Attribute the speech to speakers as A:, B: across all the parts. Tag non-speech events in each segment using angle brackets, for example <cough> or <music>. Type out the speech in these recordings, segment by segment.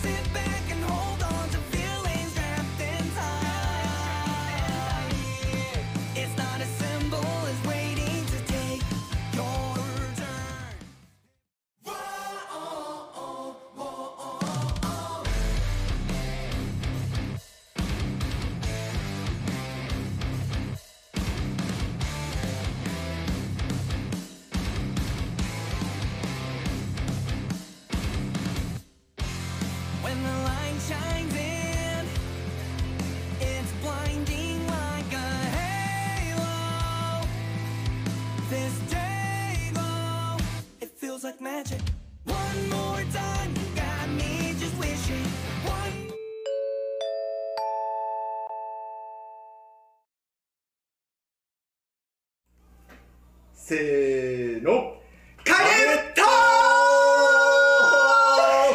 A: sit back and hold on to feelings trapped in time. It's not as simple as waiting to take your turn.
B: せーのカゲルトー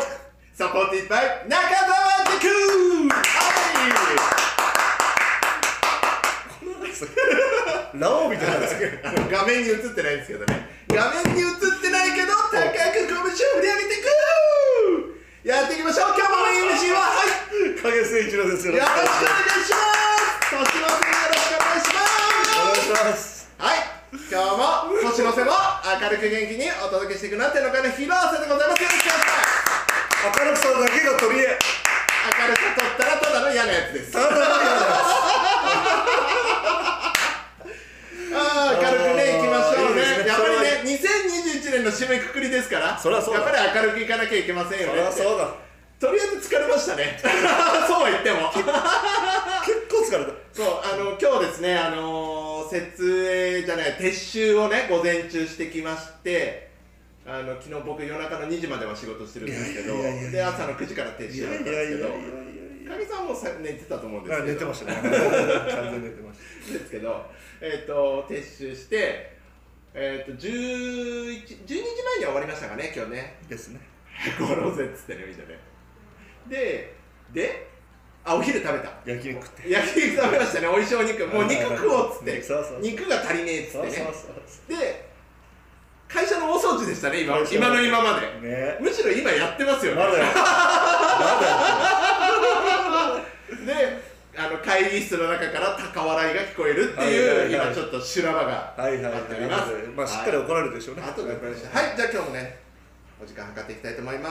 B: クサポーティッドバイ中澤デクラオウみたいな画面に映ってないんですけどね画面に映ってないけど高く拳を振り上げていくやっていきましょう今日もメイン MC ははい
C: 影誠一郎です
B: よろしくお
C: よろしく
B: 願いします年の瀬よろしくお願いします
C: お願いします
B: はい、今日も年の瀬も明るく元気にお届けしていくなってのかの広瀬でございます。よろしくお願いし
C: 明るさだけが取り柄
B: ます。明るさ取ったらただの嫌なやつです。あ
C: ただの嫌なや
B: あー、明るくね、行きましょうね。
C: いいですね
B: やっぱりね、2021年の締めくくりですから、
C: そりゃそうだ
B: やっぱり明るくいかなきゃいけませんよ
C: そ
B: ね
C: り。ゃそうだ
B: とりあえず疲れました
C: <laughs>
B: ね。そうは言っても。
C: 結構疲れた
B: そう、あの、今日ですね、あのー、設営じゃない、撤収をね、午前中してきまして、あの、昨日僕夜中の2時までは仕事してるんですけど、
C: いやいやいやいや
B: で、朝の9時から撤
C: い
B: 収だったんですけど、影さんもさ寝てたと思うんです
C: あ
B: けど、
C: 寝てましたね <laughs> 完全に寝てまし
B: ですけど、えっ、と、撤収して、えっ、と、11、12時前には終わりましたかね、今日ね。 <laughs>
C: たですね
B: 五郎ぜっつってね、みんなね。で、で、あ、お昼食べた。
C: 焼肉食って
B: 焼き肉食べましたね、美味しいお肉、もう肉食おうっつって
C: そうそうそ、う
B: 肉が足りねえっつっ
C: そう
B: て
C: そう
B: ね、
C: そ
B: で、会社の大掃除でしたね、今
C: 会社の
B: 今の今ま
C: う
B: で、
C: ね
B: むしろ今やってますよ
C: ま
B: ね、
C: だやまだ
B: であの会議室の中から高笑いが聞こえるって
C: はい
B: い
C: は
B: う、
C: いは
B: 今
C: い
B: ちょっと修羅場があ
C: やはいはい
B: っております。
C: まあしっかり怒られるでしょうね
B: あとでお伺いしますはい、じゃあ今日もね、お時間計っていきたいと思いま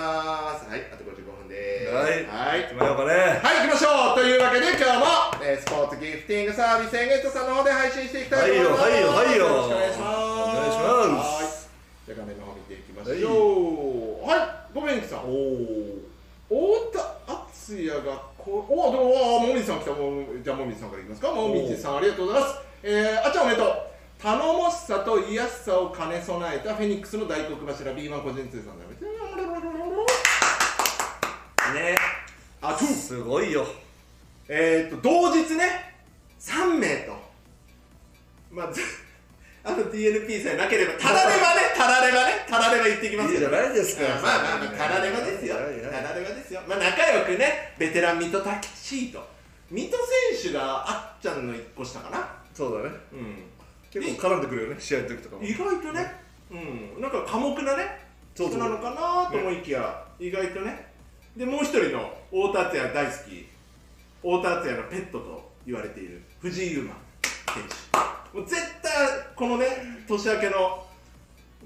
B: す。はい、あと55分です。
C: はい
B: はい
C: 行きましょうかね
B: はい、行きましょうというわけで今日も、えー、スポーツギフティングサービスエンゲットさんの方で配信していきたいと思います。
C: はいよはいよ
B: よろしくお願いします。はい。じゃ
C: お願いします
B: あ画面の方見ていきましょう。はい、ごめんさん。太田敦也がこう、おでも、あーもみじさん来た。もうじゃあもみじさんからいきますか。もみじさんありがとうございます。えー、あっちゃんおめでとう。頼もしさと癒やしさを兼ね備えたフェニックスの大黒柱 B1 個人通さんだ。
C: ね
B: あ、トゥー
C: すごいよ
B: えー、と同日ね3名と、まあ、ず <laughs> あの DNP さえなければただればねただればねただれば言ってきます
C: いい
B: け
C: じゃ
B: ど
C: ないですか
B: まあまあまあただればですよ
C: いいじゃな
B: た
C: い
B: だればですよまあ仲良くねベテラン水戸タキシーと水戸選手があっちゃんの1個下かな
C: そうだね
B: うん
C: 結構絡んでくるよね試合の時とかも
B: 意外とねうんなんか寡黙なね
C: そう
B: 人
C: そう
B: なのかなと思いきや、意外とねでもう一人の太田敦也大好き太田敦也のペットと言われている藤井優馬選手もう絶対このね年明けの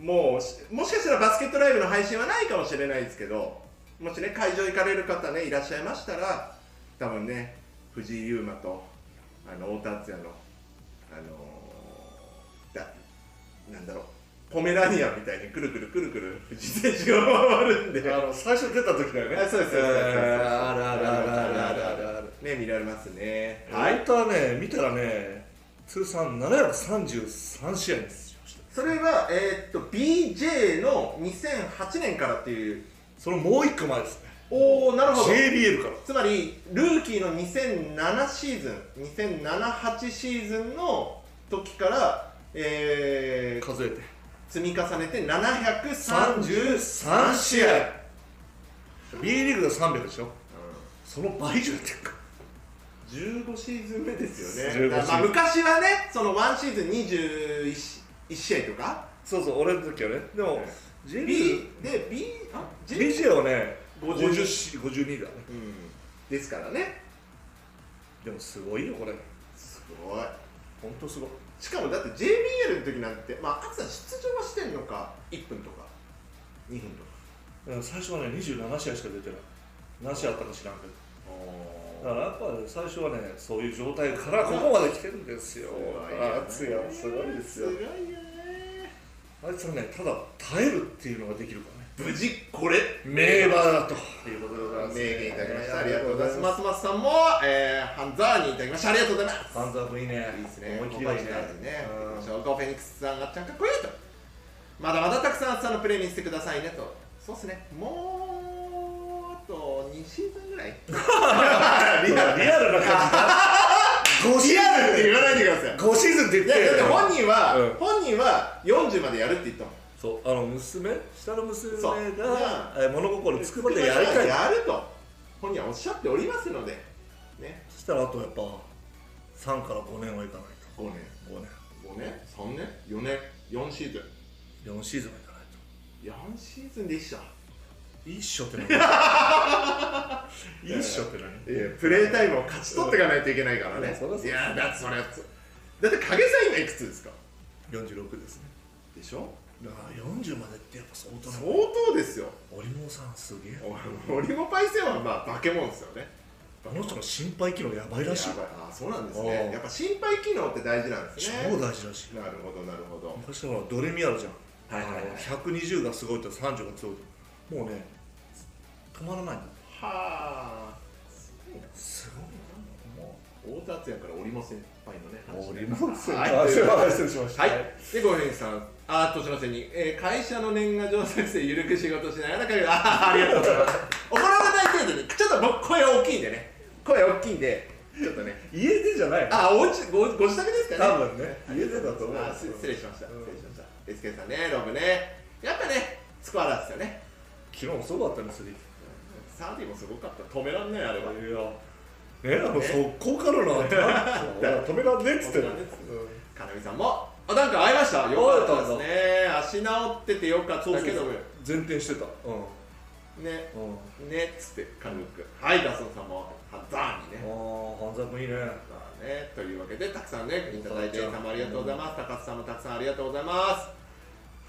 B: もうしもしかしたらバスケットライブの配信はないかもしれないですけどもしね会場行かれる方ねいらっしゃいましたら多分ね藤井優馬とあの太田敦也のあのーだなんだろうポメラニアンみたいにくるくるくるくる藤井選手が回るんで
C: あの最初出た時だよね
B: あそうですそうですそうです
C: あるあるあるあるあるあるある
B: ね見られますねは
C: はいい、本当はね、見たらね、通算733試合ですよ。
B: それはえーっと BJ の2008年からっていう
C: そのもう一個前ですね。
B: おおなるほど
C: JBL から。
B: つまりルーキーの2007シーズン2007-8シーズンの時から、えー
C: 数えて。
B: 積み重ねて733
C: 33
B: 試
C: 試
B: 合
C: 合。B リーグが300でしょ。その倍以上やってるか。
B: 15シーズン目ですよね
C: 15
B: だからまあ昔はねその1シーズン21し1試合とか
C: そうそう、俺の時はね。でも
B: はい、
C: J リー
B: B で B あ J
C: BJ はね、
B: 50
C: 50 52だね
B: うん、ですからね
C: でもすごいよこれ
B: すごい
C: 本当すごい
B: しかもだって JBL の時なんてまあ勝さん出場はしてんのか1分とか2分とか
C: うん最初はね27試合しか出てない何試合あったか知らんけどだ
B: あ
C: からやっぱ、ね、最初はねそういう状態からここまで来てるんですよあいつやすごいですよ
B: すごいよね
C: あいつはねただ耐えるっていうのができるからね
B: 無事これ
C: 名馬だということでございます、
B: 名言いただきましたありがとうございますますますさんも、えー、ハンザーニいただきましたありがとうございます
C: バンザーフいいね
B: いいですね。
C: 思い切り
B: コ
C: が
B: パ
C: い
B: イ
C: い
B: チ
C: ね
B: の味ね。
C: うん
B: ショートフェニックスさんがちゃんかっこいいと。まだまだたくさん暑さのプレーにしてくださいねと。そうですね。もうあと2シーズンぐらい。リアル。
C: リアルな感じだ5シ
B: リアル
C: ー
B: っ
C: ズ
B: て言わないでください。
C: ン5シーズンって言っ
B: い
C: て
B: やだって本人は、
C: うん
B: 本人は40までやるって言ったもん。
C: そうあの娘下の娘
B: そう
C: がえー物心つくまでやりたい
B: やると本人はおっしゃっておりますので、ね。
C: そしたらあとやっぱ3から5年はいかない
B: 5年、
C: と5年
B: 5年、3年、4年、4シーズン。
C: 4シーズンはいかない
B: 4シーズンでした。
C: と一緒 <laughs> って何一緒って何
B: いやプレータイムを勝ち取っていかないといけないから
C: い
B: ね
C: やそりゃそう。
B: い
C: です
B: や、だってそれはつだって影さん今いくつですか
C: 46ですね
B: でしょ
C: だから40までってやっぱ相当
B: 相
C: な
B: 当ですよ。
C: オリモさんすげえ
B: おオリゴパイセンはまあ化け物ですよね。
C: あの人の心肺機能やばい
B: やば
C: ら
B: い
C: しい
B: ああ、そうなんです
C: お
B: ね。
C: う
B: やっぱ心肺機能って大事なんですね。
C: 超大事らしい
B: なるほど、なるほど。
C: 昔のほらドレミあるじゃ
B: は
C: ん
B: いはいはい
C: あの120がすごいと30がすごいともうね止まらないんだ
B: はあ。すごいな
C: すごいも
B: 太田敦也からオリモ先輩のね、話
C: う
B: ね
C: リモス
B: はい
C: あすいません失礼しました
B: はい、で、ごめんさん、あー、年の瀬に、えー会社の年賀状作成、ゆるく仕事しながら帰る、あー、ありがとうございます。怒られない程度に、ちょっと僕、声大きいんでね、声大きいんで、ちょっとね、
C: 家でじゃない
B: あー、おうちごご自宅ですかね。
C: 多分ね家でだと思う
B: あーす失礼しました、
C: うん
B: 失礼しました。SK さんね、ロブね、やっぱね、スコアラーですよね。
C: 昨日もすごかったねスリー
B: サーディもすごかった、止めらんない、あれは。
C: いやねあの速攻から
B: <laughs>
C: のアタックいや止めらんねえっつって
B: 止めらんねえっつっ
C: んの
B: てかなみさんも、あ、なんか会いました。よかったですね。足直っててよかった
C: そうそう
B: けども、
C: 前転してたうん
B: ね。
C: うん
B: ねっつって軽くはいダソンさんもハザーンに
C: あ
B: ね
C: あ半沢もいいね
B: ハザーンねというわけでたくさんねいただいてさんもありがとうございます高須さんもたくさんありがとうございます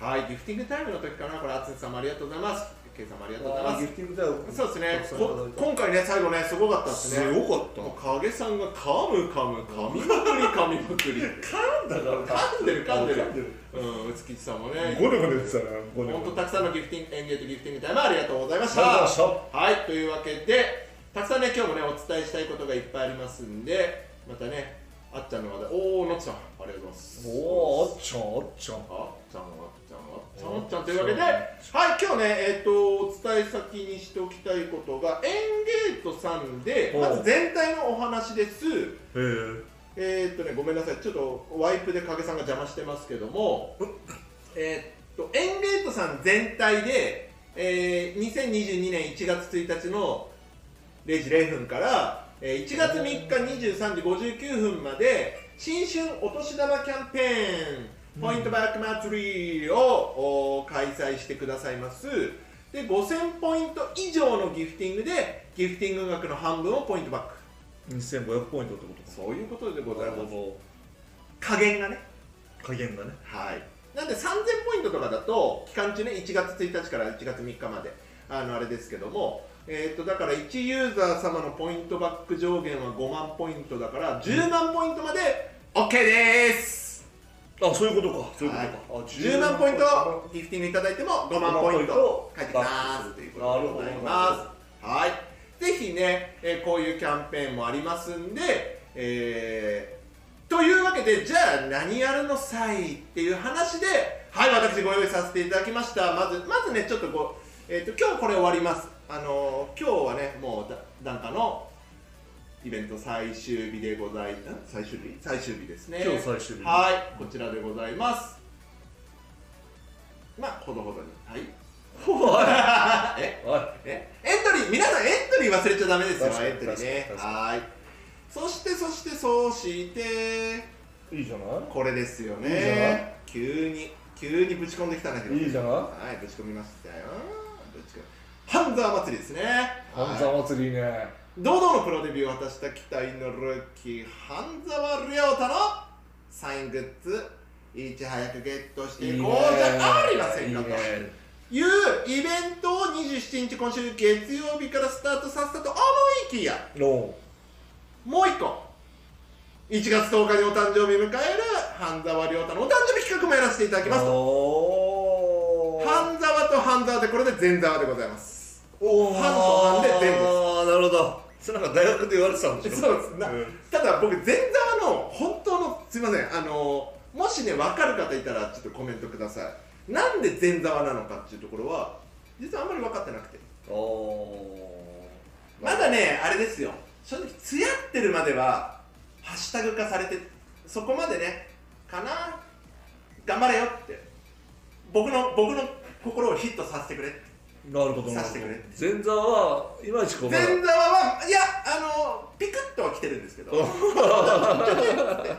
B: はいギフティングタイムの時かなこれ淳さんもありがとうございますケイさんもありがとうございます
C: ギフティングだよ
B: そうですねこ
C: こ
B: 今回ね最後ねすごかったですね
C: すごかった
B: もう影さんが噛む噛む噛みまくり噛みまくり
C: 噛んだから
B: 噛んでる噛んでる
C: 噛んでる
B: うん宇月さんもね
C: ゴニョゴニョ言ってたなゴニョ
B: 本当
C: ゴニ
B: た
C: ョ
B: くさんのギフティング園芸とギフティングタイムありがとうございまし
C: ありがとう
B: た
C: ございま
B: はいというわけでたくさんね今日もねお伝えしたいことがいっぱいありますんでまたねあっちゃんの話題おおのっちゃんありがとうございます
C: おーあっちゃんあっちゃん
B: あっちゃんあっちゃんあっちゃん
C: お
B: あっちゃんというわけではい今日ねえっ、とお伝え先にしておきたいことがエンゲートさんで
C: お
B: まず全体のお話です
C: へえ
B: えーっとね、ごめんなさい、ちょっとワイプで影さんが邪魔してますけども、えーっと、エンゲートさん全体で、えー2022年1月1日の0時0分から、えー1月3日23時59分まで、新春お年玉キャンペーン、ポイントバック祭りを、お開催してくださいます。で、5000ポイント以上のギフティングで、ギフティング額の半分をポイントバック。
C: 2500ポイントってことか
B: そういうことでございます。
C: ほ
B: 加減がね。
C: ど加減がね
B: はい、なんで3000ポイントとかだと期間中ね1月1日から1月3日まであのあれですけども、えー、とだから1ユーザー様のポイントバック上限は5万ポイントだから10万ポイントまで OK です、
C: あそういうことかそういう
B: はい
C: ことかあ
B: 10万ポイントギフティングいただいても5万ポイント返ってきますということでございますはいぜひね、えーこういうキャンペーンもありますんで、えーというわけでじゃあ何やるのさいっていう話ではい私ご用意させていただきましたまずまずねちょっとこう、えー、と今日これ終わりますあのー今日はねもうだなんかのイベント最終日でございん最終日最終日ですね
C: 今日最終日
B: はいこちらでございますまあほどほどにはい
C: おい
B: え
C: おい
B: えエントリー皆さんエントリー忘れちゃダメですよ
C: 確かに
B: エントリーね
C: 確かに
B: はーいそしてそしてそうして
C: いいじゃな
B: これですよ
C: いいじゃな
B: ね急に急にぶち込んできたんだけど
C: いいいじゃない
B: はいぶち込みましたよぶち込半沢祭りですね
C: 半沢祭りね。
B: 堂々のプロデビューを果たした期待のルーキー半沢亮太のサイングッズいち早くゲットしていこうじゃありませんか
C: いいね
B: というイベントを27日今週月曜日からスタートさせたと思いきや
C: ロ
B: もう一個1月10日にお誕生日を迎える半沢亮太のお誕生日企画もやらせていただき
C: ーン。
B: ますと
C: おー。
B: 半沢と半沢でこれで全沢でございます
C: お
B: 半と半で全部です
C: ああ、なるほど。それなんか大学で言われてたんでしょ
B: そうですな、
C: ん
B: ただ僕前座の本当のすいませんあのもしね分かる方いたらちょっとコメントくださいなんで前座なのかっていうところは実はあんまり分かってなくて
C: おー。
B: まだねあれですよ正直つやってるまではハッシュタグ化されてそこまでねかな頑張れよって僕の僕の心をヒットさせてくれって
C: なるほど
B: さ
C: なる
B: せてくれ
C: ほど前座はいまいちこうまだ
B: 前座はいやあのピクッとは来てるんですけ
C: <laughs>
B: どちょちょいって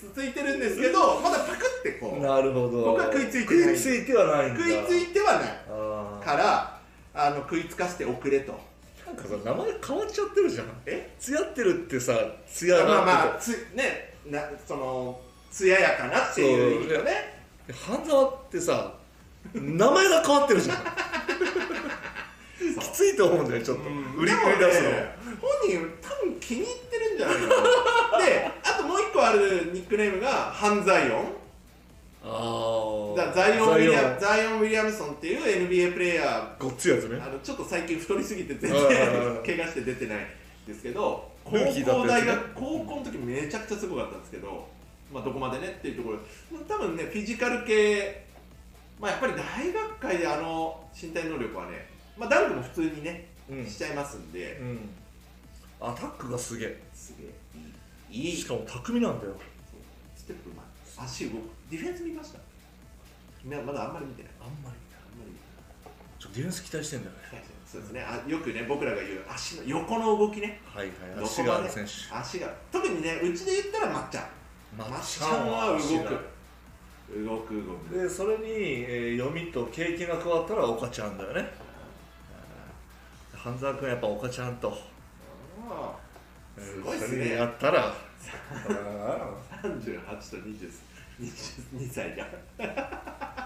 B: 続いてるんですけどまだパクってこう
C: なるほど
B: 僕は食いついてない
C: 食いついてはないんだ
B: 食いついてはない
C: あー
B: からあの食いつかせておくれと
C: なんかさ名前変わっちゃってるじゃん
B: え
C: つやってるってさつや
B: ま
C: が
B: あ
C: って
B: まあまあつねなその艶やかなっていう意味だよね
C: 半沢ってさ名前が変わってるじ
B: <laughs>
C: ゃんきついと思うんだよちょっと、売り食い出すの、
B: でもね本人多分気に入ってるんじゃない
C: <laughs>
B: かなであともう一個あるニックネームがハンザイオン
C: ああ
B: だザイオンウィリアムザイオン・ウィリアムソンっていう NBA プレイヤ
C: ごっついやつね
B: ーあのちょっと最近太りすぎて全然
C: はいはいは
B: <laughs>
C: い
B: 怪我して出てないですけど高
C: ルーキーだ
B: 校
C: ったや
B: 大
C: つね
B: 学高校の時めちゃくちゃすごかったんですけど、まあ、どこまでねっていうところ多分ねフィジカル系、まあ、やっぱり大学界であの身体能力はね、まあ、ダンクも普通にね
C: うん
B: しちゃいますんで、
C: うんアタックがすげえ
B: すげえいいいい
C: しかも巧みなんだよ
B: ステップうまい足動くディフェンス見ましたみんなまだあんまり見てない
C: あんまり
B: あんまり見てない
C: ちょっとディフェンス期待してんだよね
B: そうですね、あよくね、僕らが言う足の横の動きね、
C: はいは
B: ど
C: い
B: こ
C: 足
B: ま
C: があ
B: で
C: る選手
B: 足が、特にね、うちで言ったらまっちゃん、まっちゃんは動
C: 足
B: く、動
C: が
B: く、動く、
C: でそれに、えー読みと経験が加わったら岡ちゃんだよね半沢君はやっぱ岡ちゃんと
B: あ
C: えー
B: すごいっすね
C: 二人でやったら
B: あ38と20 22歳が、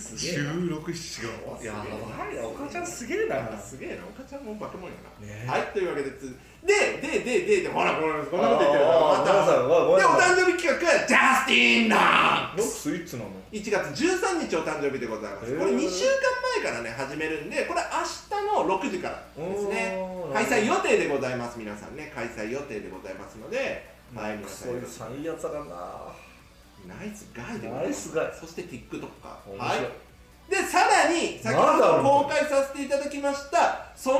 B: すげえな
C: 六七
B: す
C: が
B: げえ
C: や
B: な
C: ばいな岡ちゃんすげえな
B: すげえな、岡ちゃんも化け物やな。
C: ねえ
B: はい、というわけで、つで、で、で、で、で、ほら、こんなこんなこと言ってるから、
C: あー
B: ま
C: ごめんな
B: た、
C: さいごめんなさい
B: で、お誕生日企画、ジャスティン・ナー
C: よくスイーツなの
B: 1月13日お誕生日でございます、
C: へー
B: これ2週間前からね始めるんでこれ明日の6時からですね
C: おー
B: 開催予定でございます皆さんね開催予定でございますので、はい皆さ
C: そうんいう三位やつだからな
B: ナイスガイでござい
C: ナ
B: ま
C: イ
B: す
C: スガイ
B: そして TikToker
C: 面白い
B: はいでさらに先ほ
C: まだあ
B: ど
C: るの
B: 公開させていただきましたその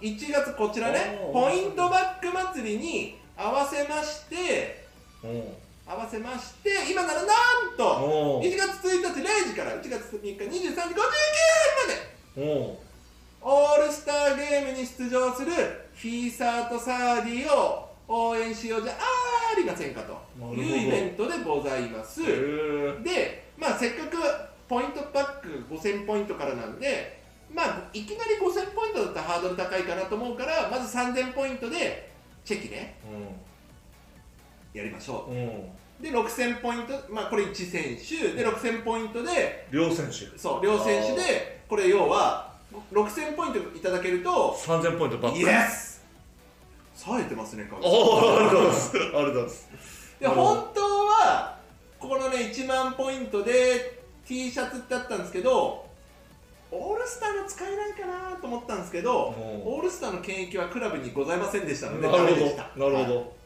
B: 1月こちらね
C: お
B: ポ
C: ー
B: イントバック祭りに合わせまして
C: うん
B: 合わせまして今ならなんと
C: おー
B: 1月1日0時から1月3日23時59分まで
C: うん
B: オールスターゲームに出場するヒーサーとサーディを応援しようじゃありませんかと
C: なる
B: いうイ
C: ほど
B: ベントでございます
C: へえ
B: で、まあ、せっかくポイントバック5000ポイントからなんで、まあ、いきなり5000ポイントだったらハードル高いかなと思うからまず3000ポイントでチェキねやりましょう
C: うんうん
B: で6000ポイント、まあ、これ1選手で6000ポイントで
C: 両選手
B: そう両選手でこれ要は6000ポイントいただけると
C: 三千ポイントバック
B: イエス冴えてますね顔
C: おおありがとうございますありがとうございます
B: で
C: なるほど
B: 本当はここのね1万ポイントで T シャツってあったんですけどオールスターが使えないかなと思ったんですけど
C: うん
B: オールスターの権益はクラブにございませんでしたので
C: な
B: ダ
C: る
B: メでした
C: ほどなる
B: は
C: ほ
B: い
C: ど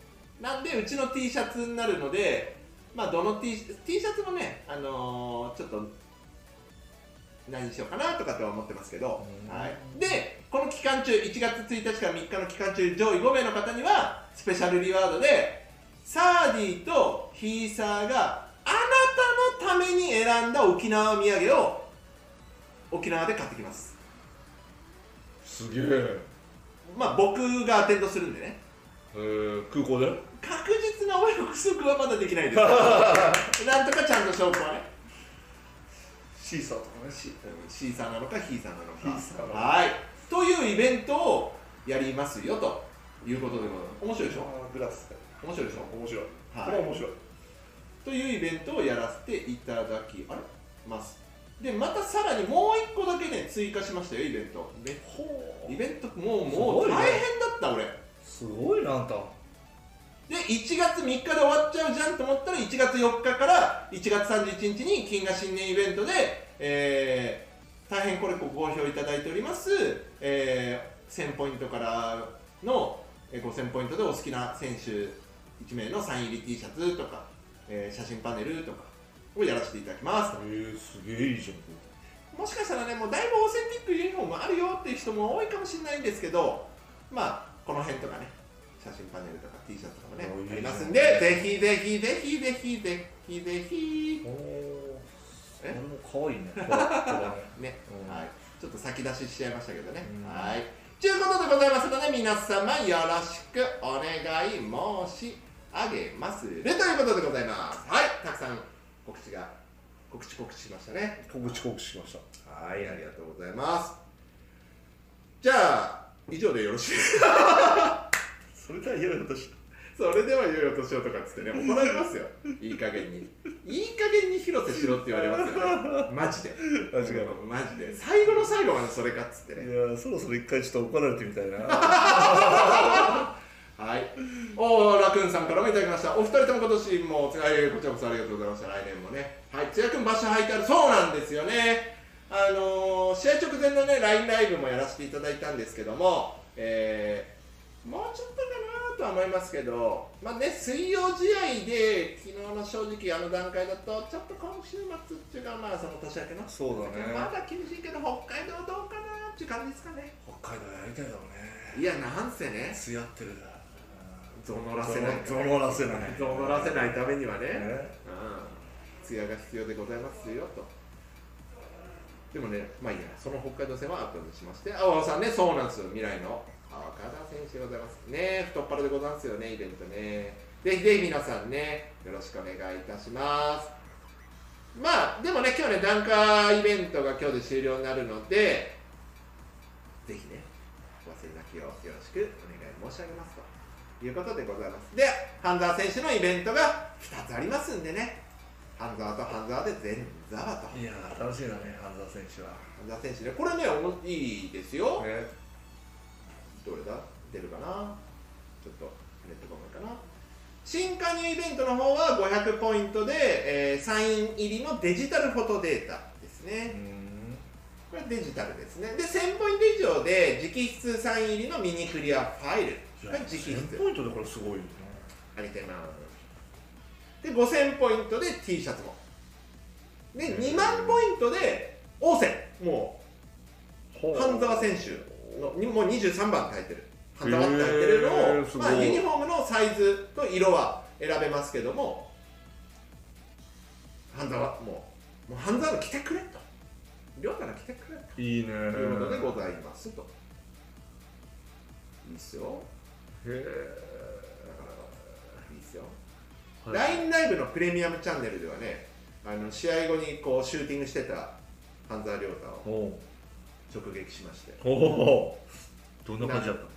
B: なんでうちの T シャツになるので、まあ、どの T, シャ T シャツもね、あのーちょっと何にしようかなとかって思ってますけど、
C: うん
B: はい、でこの期間中1月1日から3日の期間中上位5名の方にはスペシャルリワードでサーディとヒーサーがあなたのために選んだ沖縄土産を沖縄で買ってきます
C: すげえ
B: まあ僕がアテンドするんでね
C: えー空港で
B: 確実なお <laughs> 約束はまだできないですけどなんとかちゃんと証拠はね
C: シーサーとかね
B: シシーサーなのかヒーサーなのか
C: ヒーサーなのか
B: はいというイベントをやりますよということでございます面白いでしょ
C: グラス
B: 面白いでしょ
C: 面白い、
B: はい
C: これは面白い
B: というイベントをやらせていただきあれますでまたさらにもう一個だけね追加しましたよイベント
C: ねほ
B: イベントもうもう
C: すごいね
B: 大変だった俺
C: すごいなあんた
B: で1月3日で終わっちゃうじゃんと思ったら1月4日から1月31日に金河新年イベントで、えー大変これご好評いただいております、えー1000ポイントからのえー5000ポイントでお好きな選手1名のサイン入り T シャツとか、えー写真パネルとかをやらせていただきます
C: えすげえいいじゃん
B: もしかしたらねもうだいぶオーセンティックユニフォームあるよっていう人も多いかもしれないんですけどまあこの辺とかね写真パネルとか T シャツとかもね
C: おいい
B: あ
C: ね
B: りますんでぜひぜひぜひぜひぜひぜひ
C: おお
B: え
C: れも可愛いねこれこれね
B: ね、
C: うん
B: はいちょっと先出ししちゃいましたけどね、
C: うん
B: はいということでございますので皆様よろしくお願い申し上げまするということでございますはいたくさん告知が告知告知しましたね
C: 告知告知しました
B: はい、ありがとうございます。じゃあ、以上でよろしい <laughs>
C: それでは嫌な私
B: それでは良いお年をとかっつってね、怒られますよ。いい加減に。いい加減に広瀬しろって言われますよね。マジで。
C: マジか
B: マジで。最後の最後までそれかっつって
C: いや
B: ね。
C: ーそろそろ一回ちょっと怒られてみたいな
B: はい。おー、ラクーンさんからもいただきました。お二人とも今年もおつ、はいこちらこそありがとうございました。来年もね。はい。つやくん、場所履いてある。そうなんですよね。あのー、試合直前のね、LINE ライブもやらせていただいたんですけども、えー、もうちょっとかなとは思いますけど、まあね、水曜試合で、昨日の正直、あの段階だと、ちょっと今週末っていうか、まあ、その年明けの、
C: そうだね
B: まだ厳しいけど、北海道どうかなっていう感じですかね。
C: 北海道やりたいだろう
B: いや、なんせね、
C: つやってる
B: ゾノらせない
C: ゾノゾノらせない
B: ゾノらせないためにはね、
C: ね
B: うん、艶が必要でございますよと。でもね、まあいいや、その北海道戦は後にしまして、青尾さんね、そうなんですよ、未来の赤田選手でございますね、太っ腹でございますよね、イベントね。ぜひぜひ皆さんね、よろしくお願いいたします。まあ、でもね、今日ね、段階イベントが今日で終了になるので、ぜひね、お忘れなきをよろしくお願い申し上げますと。いうことでございます。で、半沢選手のイベントが2つありますんでね、半沢と半沢で全沢と。
C: いやー楽しいだね半沢選手は
B: 半沢選手ね、これね、おもいいですよ。
C: ね
B: どれだ出るかなちょっと、ネット画面かな。新加入イベントの方は500ポイントで、えーサイン入りのデジタルフォトデータです
C: うー
B: ね。
C: ん
B: これはデジタルですね。で、1000ポイント以上で直筆サイン入りのミニクリアファイルが直筆。
C: 1000ポイントでこれすごいよね
B: ありがとうございます。で、5000ポイントで T シャツも。で、2万ポイントで、王戦、もう、半沢選手の、にもう23番って入ってる。半沢って入ってるのを、
C: へーすごい
B: まあ、ユニフォームのサイズと色は選べますけども、半沢、もう、もう半沢の着てくれと。亮から着てくれと。
C: いいね
B: ということでございますと。いいっすよ。
C: へ
B: なかなか。いいっすよ。
C: え
B: LINE ライブのプレミアムチャンネルではねあの試合後にこうシューティングしてた半沢亮太を
C: おう
B: 直撃しまして
C: おおどんな感じだったの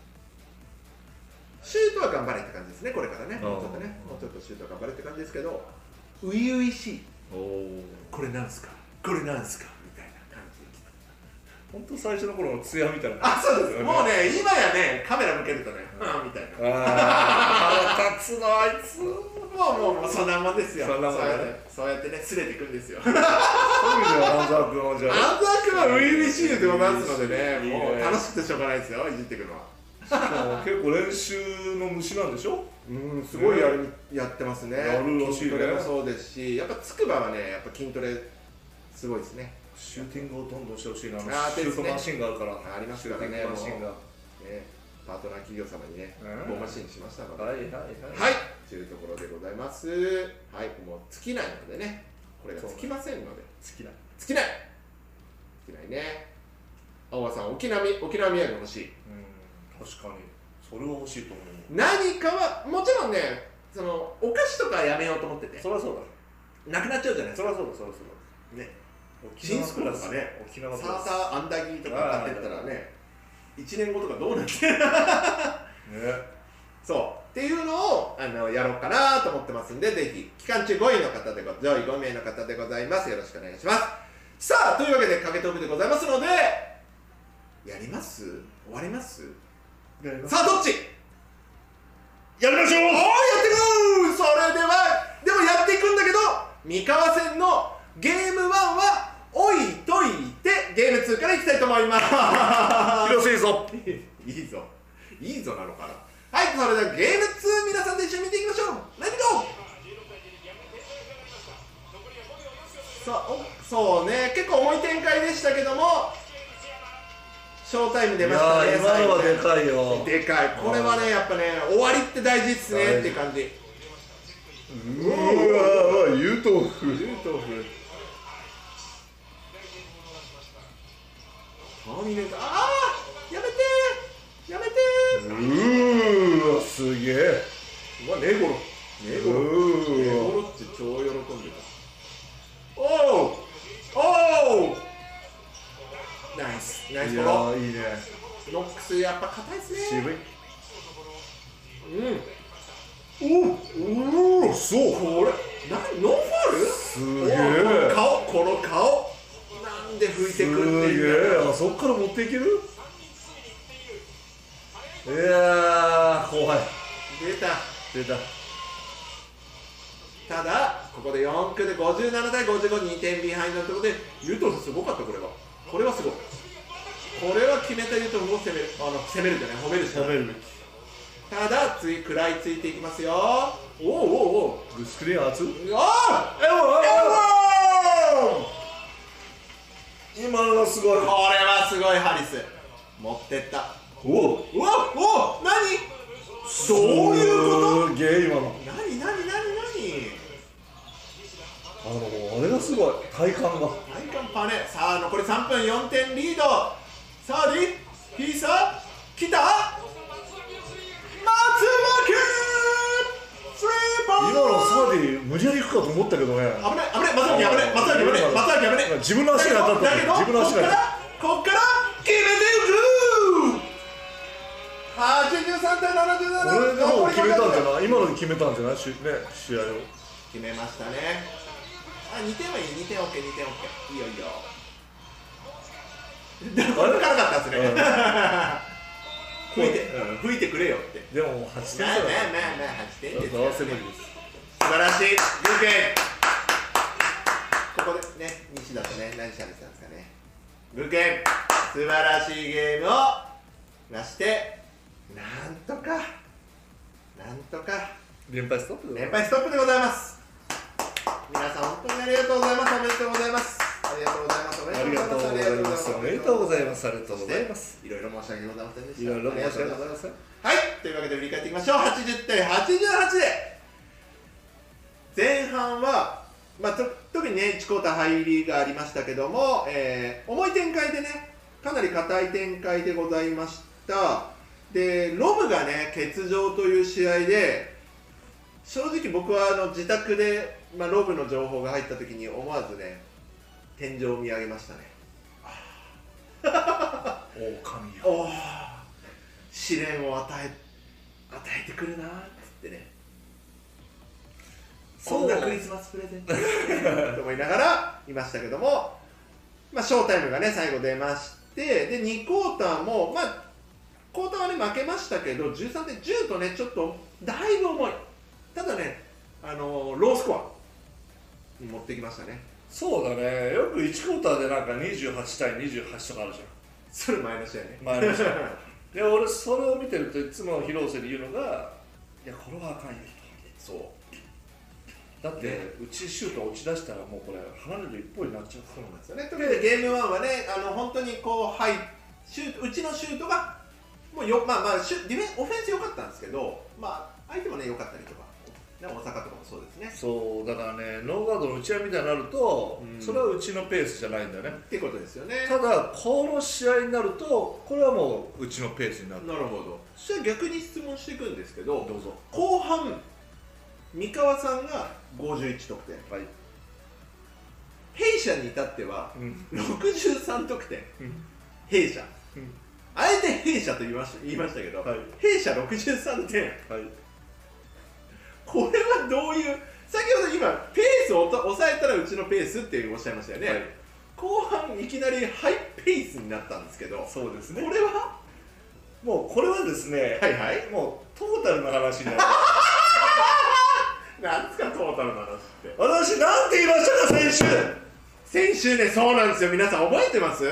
B: シュートは頑張れって感じですねこれからねもうちょっとね
C: うん
B: もうちょっとシュートは頑張れって感じですけど初々しい
C: おお
B: これなんすかこれなんすかみたいな感じで来た
C: 本当最初の頃の艶みたいな
B: あそうです
C: ね
B: もうね今やねカメラ向けるとねうんみたいな
C: ああ腹立つなあいつそういう
B: もうもうもうそんなもんですよ
C: そんなもんね
B: そうやってそうやってねすれていくんですよ
C: 意味では半沢君はじゃあ
B: 半沢君は初々しいでございますのでね
C: いいね
B: もう楽しくてしょうがないですよいじっていくのは
C: 結構練習の虫なんでしょ
B: うんすごいやるやってますね
C: やるらしいね
B: 筋トレもそうですしやっぱつくばはねやっぱ筋トレすごいですね
C: シューティングをどんどんしてほしいなあの
B: あー
C: シュートマシンがあるから
B: ありますからね
C: シューティングマシン
B: も
C: が
B: ねパートナー企業様にね
C: うん
B: ボーマシンしましたのでは
C: はいはいはい
B: いというところでございますはいもう尽きないのでねこれが尽きませんので
C: 好きだ
B: 尽きない尽きないね青葉さん沖縄み沖縄土産欲しい
C: うん確かにそれは欲しいと思う
B: 何かはもちろんねそのお菓子とかはやめようと思ってて
C: そりゃそう
B: なくなっちゃうじゃないです
C: だそ
B: か
C: りゃそうだそりゃそう
B: ね
C: だ
B: 新スクールとかね
C: 沖縄の
B: サーターアンダギーとか買ってったらね1年後とかどうなって
C: ね
B: そうっていうのをあのやろうかなと思ってますんでぜひ期間中5位の方でご上位5名の方でございますよろしくお願いしますさあというわけでかけトークでございますのでやります終わりますさあどっち
C: やりましょう
B: おーやってくそれではでもやっていくんだけど三河戦のゲーム1は置いといてゲーム2からいきたいと思います <laughs>
C: 広瀬いいぞ
B: いいぞいいぞなのかなはいそれではゲーム2皆さんで一緒に見ていきましょうレッツゴーさあおそうね結構重い展開でしたけどもショータイム出ましたね
C: いやー今のは
B: 最後ね
C: でか
B: <laughs>
C: いよ
B: でかいこれはねやっぱね終わりって大事っすねって感じ
C: うわー優等夫優等
B: ターミネーターああやめてーやめて
C: うーわすげえ
B: ーうわネゴロネゴロ
C: う
B: え
C: ーわ
B: ゴロッチ超喜んでたおうおうナイスナイ
C: い
B: スフ
C: や
B: ォロ
C: ーいいね
B: ーノックスやっぱ硬いっすね
C: 渋い
B: うんおお
C: そう
B: これなノーファール
C: すげえ
B: おう顔この顔なんで拭いてくるって
C: す
B: いう
C: げえあそっから持っていけるいやー後輩
B: 出た
C: 出た
B: ただここで4区で57対552点ビハインドってことでユトフすごかったこれはこれはすごいこれは決めたユトフを攻めるあの攻めるじゃない褒めるしかない
C: 食べるべき
B: ただつい食らいついていきますよおうおうおう
C: グスクリーン熱っ
B: おー
C: エモ
B: こ
C: 今のがすご
B: れ
C: い
B: はすごいハリス持ってった
C: おお
B: うわおお何どういうこ
C: すげえ今の
B: と何何何何
C: あのもうあれがすごい体感が
B: 体感パネさあ残り3分4点リードさあディヒーサー来た松巻スリーポイ
C: 今
B: ン
C: の
B: ト
C: すごい無理やり行くかと思ったけどね
B: 危ない危ない松巻危ない松巻危ない松巻危ない
C: 自分の足が当たった
B: だけど
C: 自分の足が
B: こっからこ
C: 当たっ
B: っから決めていく83対
C: こ
B: 77
C: れでもう決めたんじゃ
B: い
C: ない今ので決めたんじゃないし、ね、試合を
B: 決めましたねあ2点はいい2点 OK2 点 OK いいよいいよでもこれからかったですね、 <laughs> 吹いて、
C: うん
B: 吹いてくれよって。
C: でももう8点
B: まあ
C: だ
B: まあ
C: よ
B: まあまあ、8点です
C: 合
B: よ
C: わ。せ無理です
B: 素晴らしい、グーケン。ここでね、西田とね、何しゃべってたんですかね。グーケン、素晴らしいゲームを出して、なんとか、なんとか、
C: 連敗ストップ
B: 連敗ストップでございます。皆さん、本当にありがとうございます。おめでとうございます。ありがとうございます。おめ
C: あり
B: で
C: が
B: と
C: と
B: う
C: う
B: ご
C: ご
B: ざいます。
C: ざいますおめでとうございますありがとう
B: そ
C: ご
B: し
C: ざい
B: て
C: ます
B: いろいろ申し訳ございませんでした。
C: いろいろ
B: ありがと
C: 申し
B: う
C: 訳
B: ご
C: ご
B: ざ
C: ざ
B: いま。
C: いますせん
B: はい、というわけで振り返っていきましょう。80対88で前半は、まあ、と特にね1クォーター入りがありましたけども、えー重い展開でねかなり硬い展開でございましたでロブがね欠場という試合で正直僕はあの自宅で、まあ、ロブの情報が入った時に思わずね天井を見上げましたね
C: 狼や
B: おお試練を与え与えてくるなーっつってねそんなクリスマスプレゼント <laughs> と思いながらいましたけども、まあ、ショータイムがね最後出ましてで2クォーターもまあクォーターはね負けましたけど13点10とねちょっとだいぶ重いただねあのーロースコアに持ってきましたね
C: そうだねよく1クォーターでなんか28対28とかあるじゃん
B: それ前の試合ね
C: 前の試合で俺それを見てるといつも広瀬で言うのがいやこれはあかんよ
B: <laughs> そう
C: だって、
B: ね
C: うちシュート落ち出したらもうこれ離れる一方になっちゃうそうなんです
B: それとりあえずゲーム1はね、あの本当にこう、はい、シュートうちのシュートが、もうよまあまあシュディフェン、オフェンス良かったんですけど、まあ、相手もね、良かったりとか、ね、大阪とかもそうですね。
C: そうだからねノーガードの打ち合いみたいになると、
B: うん
C: それはうちのペースじゃないんだよね
B: っていうことですよね。
C: ただこの試合になるとこれはもううちのペースになる
B: なるほど。そしたら逆に質問していくんですけど、
C: どうぞ
B: 後半、三河さんが51得点、
C: はい
B: 弊社に至っては、
C: うん
B: 63得点、
C: うん
B: 弊社、
C: うん
B: あえて弊社と言いました言いましたけど、
C: はい
B: 弊社63点
C: はい
B: これはどういう先ほど今ペースをと抑えたらうちのペースっておっしゃいましたよね、
C: はい
B: 後半いきなりハイペースになったんですけどこ
C: そうです
B: れ
C: ね
B: は
C: もうこれはですね、
B: はいはい
C: もうトータルな話になる
B: なんですかトータルの話って
C: 私なんて言いましたか先
B: 先
C: 週
B: 週ねそうなんですよ皆さん覚えてます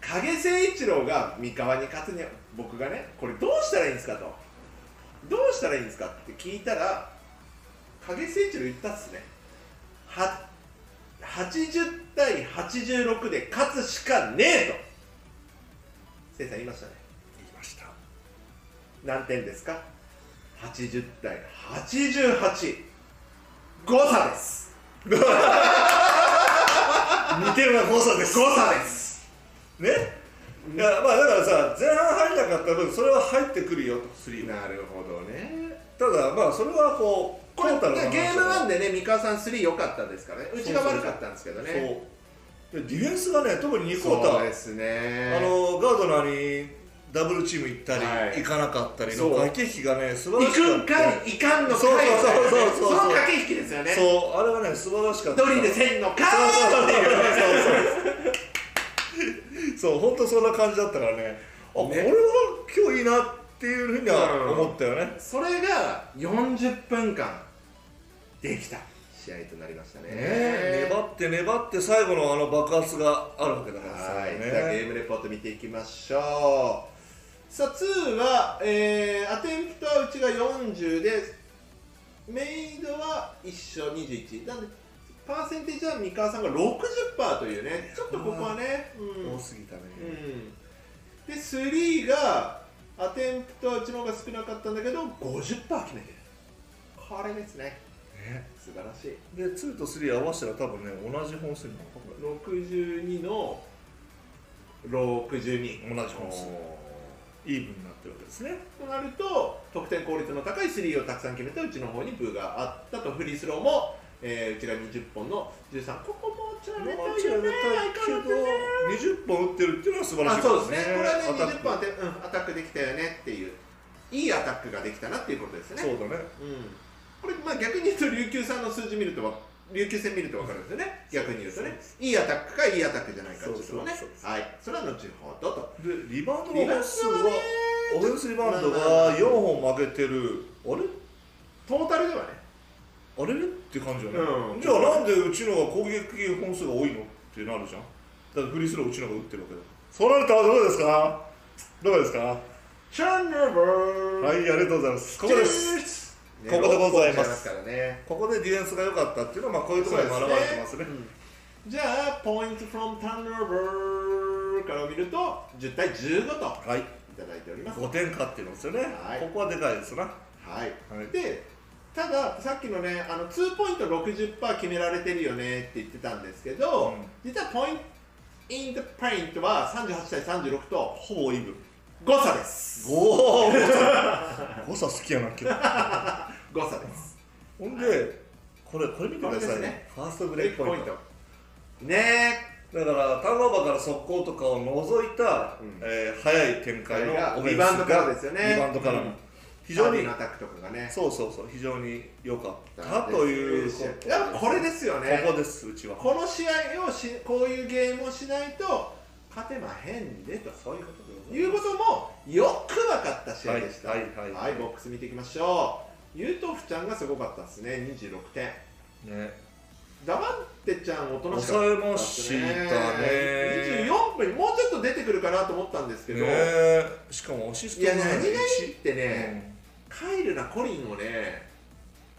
B: 影誠一郎が三河に勝つには僕がねこれどうしたらいいんですかとどうしたらいいんですかって聞いたら影誠一郎言ったっすねは80対86で勝つしかねえとせいさん言いましたね
C: 言いました
B: 何点ですか80対885差です
C: 似てるな誤差です
B: 誤差です
C: ねいやまあだからさ前半入らなかった分それは入ってくるよとスリーは
B: なるほどね
C: ただまあそれはこう
B: これ
C: トータルの話
B: ゲーム1
C: で
B: でね三河さん3良かったですからねうちが悪かったんですけどね
C: そうでディフェンスがね特に2クォータ
B: そう
C: ー
B: ですね
C: あのガードナーにダブルチーム行ったり、
B: はい
C: 行かなかったり
B: そ
C: の
B: う
C: 駆け引きがね素
B: 行
C: 晴らしか
B: く
C: っ
B: ん
C: た
B: かいいかんのかい
C: そうそうそうそうそう
B: の駆け引きですよね
C: そうあれはね素晴らしかった
B: 一人でせんのか
C: そうそうそうそうそう
B: いっていう
C: <laughs> そう本当そんな感じだったからねあ
B: ね
C: これは今日いいなっていうふうには思ったよね、
B: それが40分間できた試合となりましたね
C: ねえ粘って粘って最後のあの爆発があるわけだからさ、
B: はい、
C: ね
B: じゃあゲームレポート見ていきましょうさあ2は、えーアテンプトはうちが40でメイドは一緒21なんでパーセンテージは三河さんが60%というねちょっとここはね、うん
C: 多すぎたね、
B: うん、で3がアテンプトはうちの方が少なかったんだけど50%決めてるこれですね
C: ね
B: 素晴らしい
C: で2と3合わせたら多分ね同じ本数になるかも
B: 62の62
C: 同じ本数イーブンになってるわけですね
B: となると得点効率の高いスリーをたくさん決めたうちの方にブーがあったとフリースローも、えーうちが20本の13ここもちられ
C: も
B: たよね
C: けど20本打ってるっていうのは素晴らし
B: あ
C: い
B: そうですねこれはね
C: アタッ
B: 20
C: ク
B: 本当て、うん、アタックできたよねっていういいアタックができたなっていうことですね
C: そうだね
B: うん、これ、まあ、逆に言うと琉球さんの数字見るとわ琉球戦見ると分かるんですよね逆に言うとねいいアタックかいいアタックじゃないかっていうのはね
C: そうそうそう
B: はいそれは後ほどと
C: でリバウンドの本数
B: リバウンドは
C: は
B: ね
C: オフェンスリバウンド
B: まあまあま
C: が
B: あ
C: 4本負けてるあれ
B: トータルではね
C: あれれって感じよね、
B: うん
C: じゃあなんでうちのが攻撃本数が多いのってなるじゃんだってフリースローうちのが打ってるわけだそうなるとどうですかどうですかは
B: チャンネル
C: いありがとうございますここです
B: す
C: ここでございます
B: からね
C: ここでディフェンスが良かったっていうのはまあこういうところにも表れてますね
B: うんじゃあポイント from turnover から見ると10対15とい
C: はい
B: ただいております
C: 5点勝ってるんですよね、
B: はい
C: ここはでかいですな
B: はい、
C: はい
B: でたださっきのねあの2ポイント60%決められてるよねって言ってたんですけど、
C: うん
B: 実はポイントインドパイントは38対36と
C: ほぼイ
B: <laughs>
C: ーブン
B: 誤差です
C: おお誤差好きやな今日
B: 誤差です
C: ほんで、これ、これ見てくだ
B: これ
C: さ
B: ですね
C: いね。ファーストブレイクポイント。
B: ねえ
C: だから、ターンオーバーから速攻とかを除いた、
B: うん
C: えー早い展開の
B: これが
C: オフェンス
B: リバウンドからですよね
C: リバウンドからの
B: うん
C: 非常に
B: ア、タックとかがね
C: そうそうそう、非常に良かったというこ
B: い
C: と。
B: やこれですよね
C: ここです、うちは。
B: この試合をしこういうゲームをしないと勝てまへんでとそういうこということもよく分かった試合でした
C: はいはいはい
B: ボックス見ていきましょうユートフちゃんがすごかったですね26点
C: ね。
B: 黙ってちゃんおとなしか
C: 抑え
B: った
C: ま
B: っ
C: し
B: す
C: たね
B: 24分もうちょっと出てくるかなと思ったんですけど、
C: ねしかもアシス
B: い
C: ト
B: や
C: も
B: 何がい
C: ね
B: いって
C: う
B: ね、
C: ん
B: カイルなコリンをね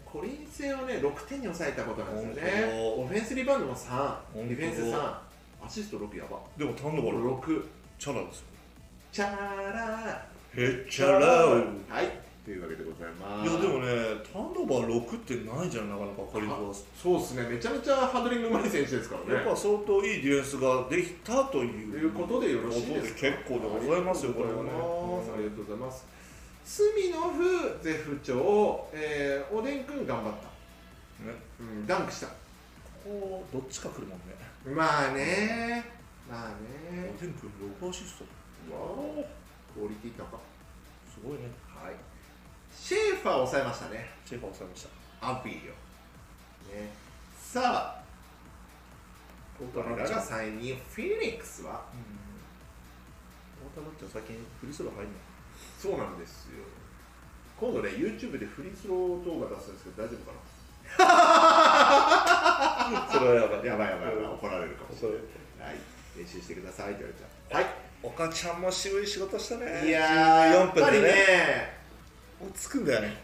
B: コリン戦をね6点に抑えたことなんですよね
C: 本当
B: オフェンスリバウンドも3デ
C: 当
B: ィフェンス3アシスト6やば
C: でもターンオーバー
B: 6
C: チャラですよ。
B: チャラ
C: へっちゃらう。
B: はいというわけでございま
C: い
B: す
C: やでもね、ターンオーバー6ってないじゃん、なかなかカリフォルニアス
B: そうですねめちゃめちゃハードリングうまい選手ですから
C: やっ
B: ね
C: ぱ相当いいディフェンスができたという
B: ということでよろしいですか
C: 結構でございますよこれはね
B: ありがとうございますスミノフゼフ長、えー、おでんくん頑張った、
C: ね
B: うん、ダンクした
C: こどっちか来るもんね
B: まあねまあ
C: お
B: ね
C: 天君6アシスト
B: うわおクオリティ高
C: すごいね
B: はいシェーファー抑えましたね
C: シェーファー抑えました
B: アビーよ、ね、さあ
C: 太
B: 我
C: 田
B: ら
C: な
B: が
C: っちゃん太
B: 3位にフェニックスは
C: 田なっちゃん最近フリースロー入んない
B: そうなんですよ今度ね YouTube でフリースロー動画出すんですけど大丈夫か <laughs>
C: それはやば
B: ないやばいやばいやばい
C: うん
B: 怒られるかもし
C: それ
B: れないはい練習してくださいって言われちゃうはい
C: 岡ちゃんも渋い仕事したね
B: いやー、や
C: 14
B: っぱ
C: 分
B: り
C: で
B: ね
C: ね、落ち着くんだよね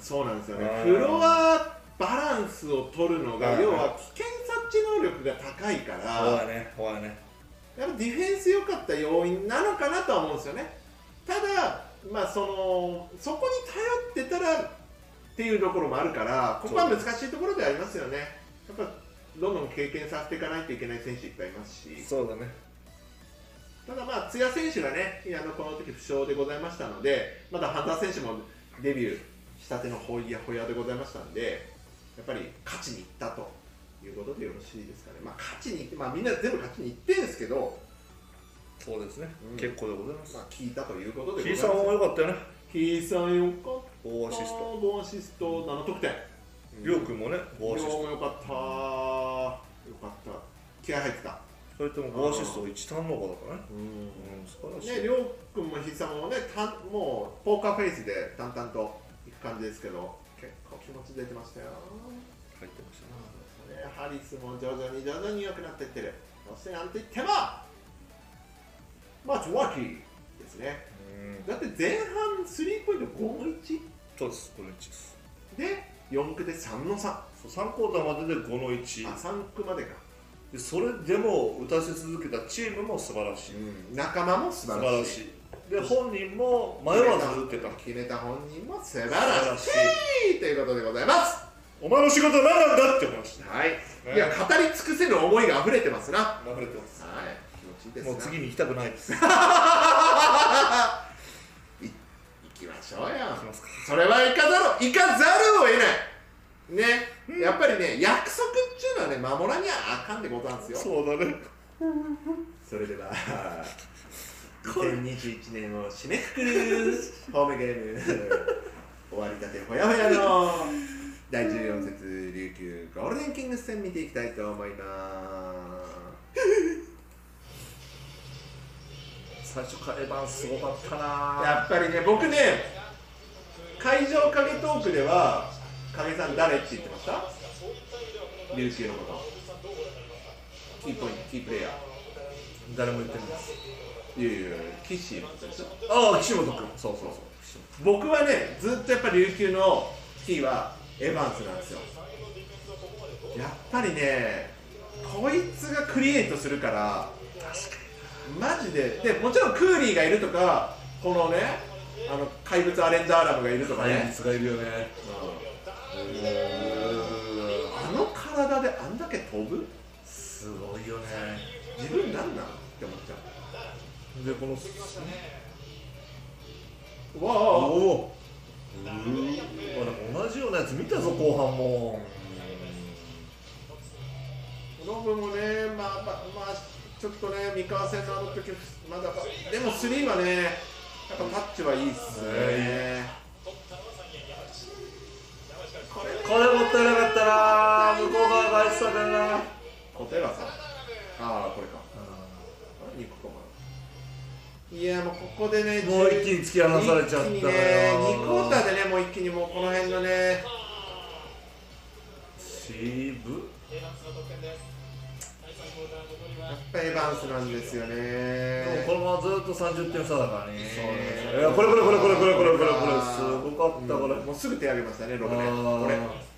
B: そうなんですよね
C: あ、ー
B: フロアバランスを取るの
C: はい
B: が、
C: はい
B: 要は危険察知能力が高いから、
C: ほらねほらね
B: やっぱディフェンス良かった要因なのかなとは思うんですよね、ただ、まあ、そのそこに頼ってたらっていうところもあるから、ここは難しいところではありますよね、やっぱどんどん経験させていかないといけない選手いっぱいいますし。
C: そうだね
B: ただまあ、津谷選手がね、あのこの時負傷でございましたので、まだ半沢選手もデビューしたてのほいやほやでございましたので、やっぱり勝ちにいったということでよろしいですかね。まあ、勝ちに行って、まあ、みんな全部勝ちにいってんですけど、
C: そうですね、
B: うん
C: 結構でございます
B: まあ、聞いたということでござ
C: キ
B: い
C: ー
B: ます。
C: さんも良かったよね
B: キーさんよかった。
C: 大アシスト
B: 5アシスト、7得点。
C: りょうくんもね
B: りょ
C: 5アシス
B: う
C: ト
B: もよかった。よかった。気合入ってた。
C: 2人とも5アシスト1ターンオーバーだからねうん素晴らしい、
B: ね、りょうくんもひさんもねたんもうポーカーフェイスで淡々といく感じですけど結構気持ち出てましたよ、
C: 入ってましたね
B: ね、ハリスも徐々に徐々に良くなっていってるそしてなんといってもマッチワーキーですね
C: うん
B: だって前半スリーポイント5の1
C: そうです5の1です
B: で4区で3の3あ
C: そう3クォーターまでで5の1
B: 3区までか、
C: でそれでも打たせ続けたチームも素晴らしい
B: 仲間も素
C: 素
B: 晴
C: 晴
B: ら
C: ら
B: しい
C: しいで本人も迷わず打ってた
B: 決めた本人も素晴
C: 素晴
B: ら
C: ら
B: し
C: しい
B: いということでございます
C: お前の仕事は何なんだって思いました
B: はい、
C: ね
B: いや語り尽くせる思いが溢れてますな、は
C: 溢れてます
B: い、気持ちいいですな
C: もう次に行きたくないです行
B: 行きましょうや
C: きますか
B: それは行かざる行かざるを得ないね、やっぱりね約束っていうのはね守らにゃあかんでござんすよ
C: そうだね
B: それでは2021年を締めくくるホームゲーム終わりたてほやほやの第14節琉球ゴールデンキングス戦見ていきたいと思います
C: 最初からエヴァンすごかったな
B: やっぱりね、僕ね、会場影トークでは、影さん誰って言ってました琉球のこと。キーポイント、キープレイヤ
C: 誰も言ってないです
B: ー。いやいやいや、岸のことでしょ。
C: ああ岸本君そうそうそう
B: 僕はね、ずっとやっぱり琉球のキーはエヴァンスなんですよ。やっぱりね、こいつがクリエイトするから、マジで、でもちろんクーリーがいるとか、このね、あの怪物アレンジャーアラムがいるとかね。
C: 怪物がいるよね
B: あの体であんだけ飛ぶ
C: すごいよね
B: 自分なんなんって思っちゃ
C: でこの
B: うわあ
C: おうーわでも同じようなやつ見たぞ後半も
B: ロブもねまあまあまあちょっとね三河戦のあの時まだでもスリーはねやっぱタッチはいいっすねこれね
C: これもったいなかったな向こう側が空いてたからな
B: 答えはさああこれかあれ二個かいやもうここでね
C: もう一気に突き放されちゃったのよ
B: 一気にね2クォーターでねもう一気にもうこの辺のね
C: 渋
B: やっぱエヴァンスなんですよ
C: で
B: ね
C: もこのままずっと30点差だからね
B: そうね
C: いやこれこれこれこれこれこれこれこれすごかったこれ、
B: もうすぐ手挙げましたね、ロブね
C: あー。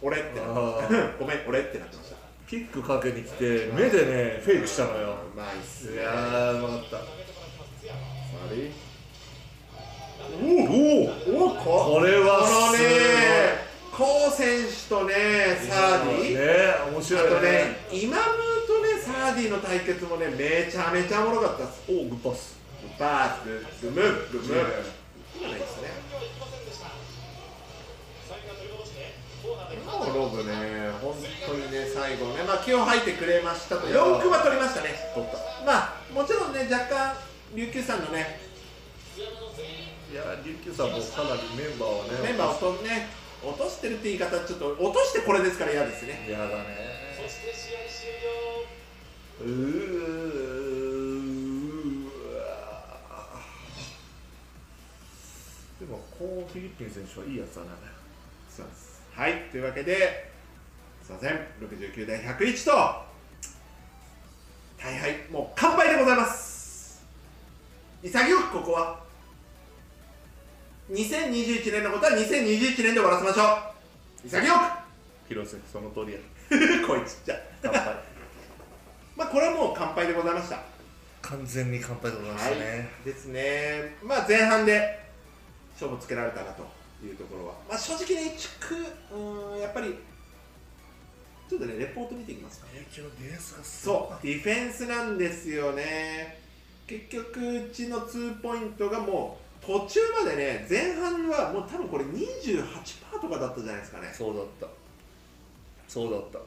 B: 俺、俺ってな
C: あ
B: ってました。ごめん、俺ってなってました。
C: キックかけに来て目でねフェイクしたのよ
B: うまいっす
C: い
B: ね。
C: やーうまかった
B: 悪い
C: おお
B: おこ
C: これは
B: この
C: すごい
B: ね、コウ選手とね、サーディ、
C: ね面白
B: あ
C: い
B: と
C: よね
B: ね、イマムとね、サーディの対決もね、めちゃめちゃおもろかったっす。
C: おグッパス
B: バース、グムッ、グムッ。
C: ね
B: 今ないっすね。もうロブね、本当にね、最後ね、まあ、気を吐いてくれましたと、4区は取りましたね、まあ、もちろんね、若干、琉球さんのね、
C: いや琉球さんもかなりメンバーはね
B: メンバーをと、ね、落としてるって言い方、ちょっと、落としてこれですから嫌ですね。
C: やだねうーうわーでもこうフィリピン選手はいいやつだね
B: そうですはい、というわけで、すいません、69対101と、大敗、もう乾杯でございます。潔くここは、2021年のことは2021年で終わらせましょう。潔
C: 広瀬その通りや
B: く <laughs> こいつじゃ。
C: 乾杯
B: まあ、これはもう乾杯でございました。
C: <laughs> 完全に乾杯でございましたね、
B: ですね、まあ、前半で勝負つけられたなというところは、まあ、正直ね、地区、うーん、やっぱり、ちょっとね、レポート見ていきますか。
C: 琉球のディフェンスがすご
B: そう、ディフェンスなんですよね。結局、うちのツーポイントがもう途中までね、前半はもう多分これ28%とかだったじゃないですかね。
C: そうだったそうだった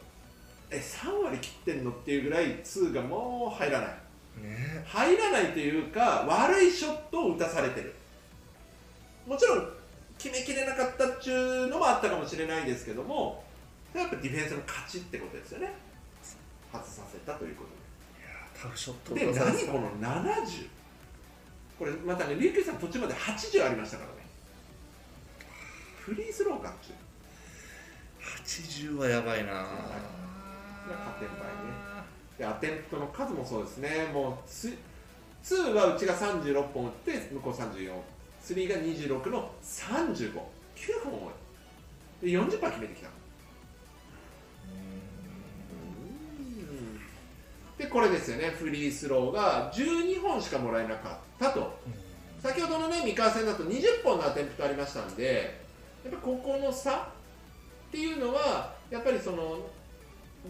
B: え、3割切ってんのっていうぐらい、2がもう入らない。
C: ね
B: 入らないというか、悪いショットを打たされてる。もちろん、決めきれなかったっちゅうのもあったかもしれないですけども、やっぱディフェンスの勝ちってことですよね。外させたということで。
C: いやータフショット
B: で、
C: を出され
B: 何
C: て
B: この70これまたね琉球さん途中まで80ありましたからねフリースローかっちゅう
C: 80はやばいな
B: い
C: ぁ
B: や勝てん場合ねでアテンプトの数もそうですねもうツ2はうちが36本打って向こう343が26の359本多いで40%決めてきたでこれですよねフリースローが12本しかもらえなかったと先ほどのね三河戦だと20本のアテンプトありましたんでやっぱここの差っていうのはやっぱりその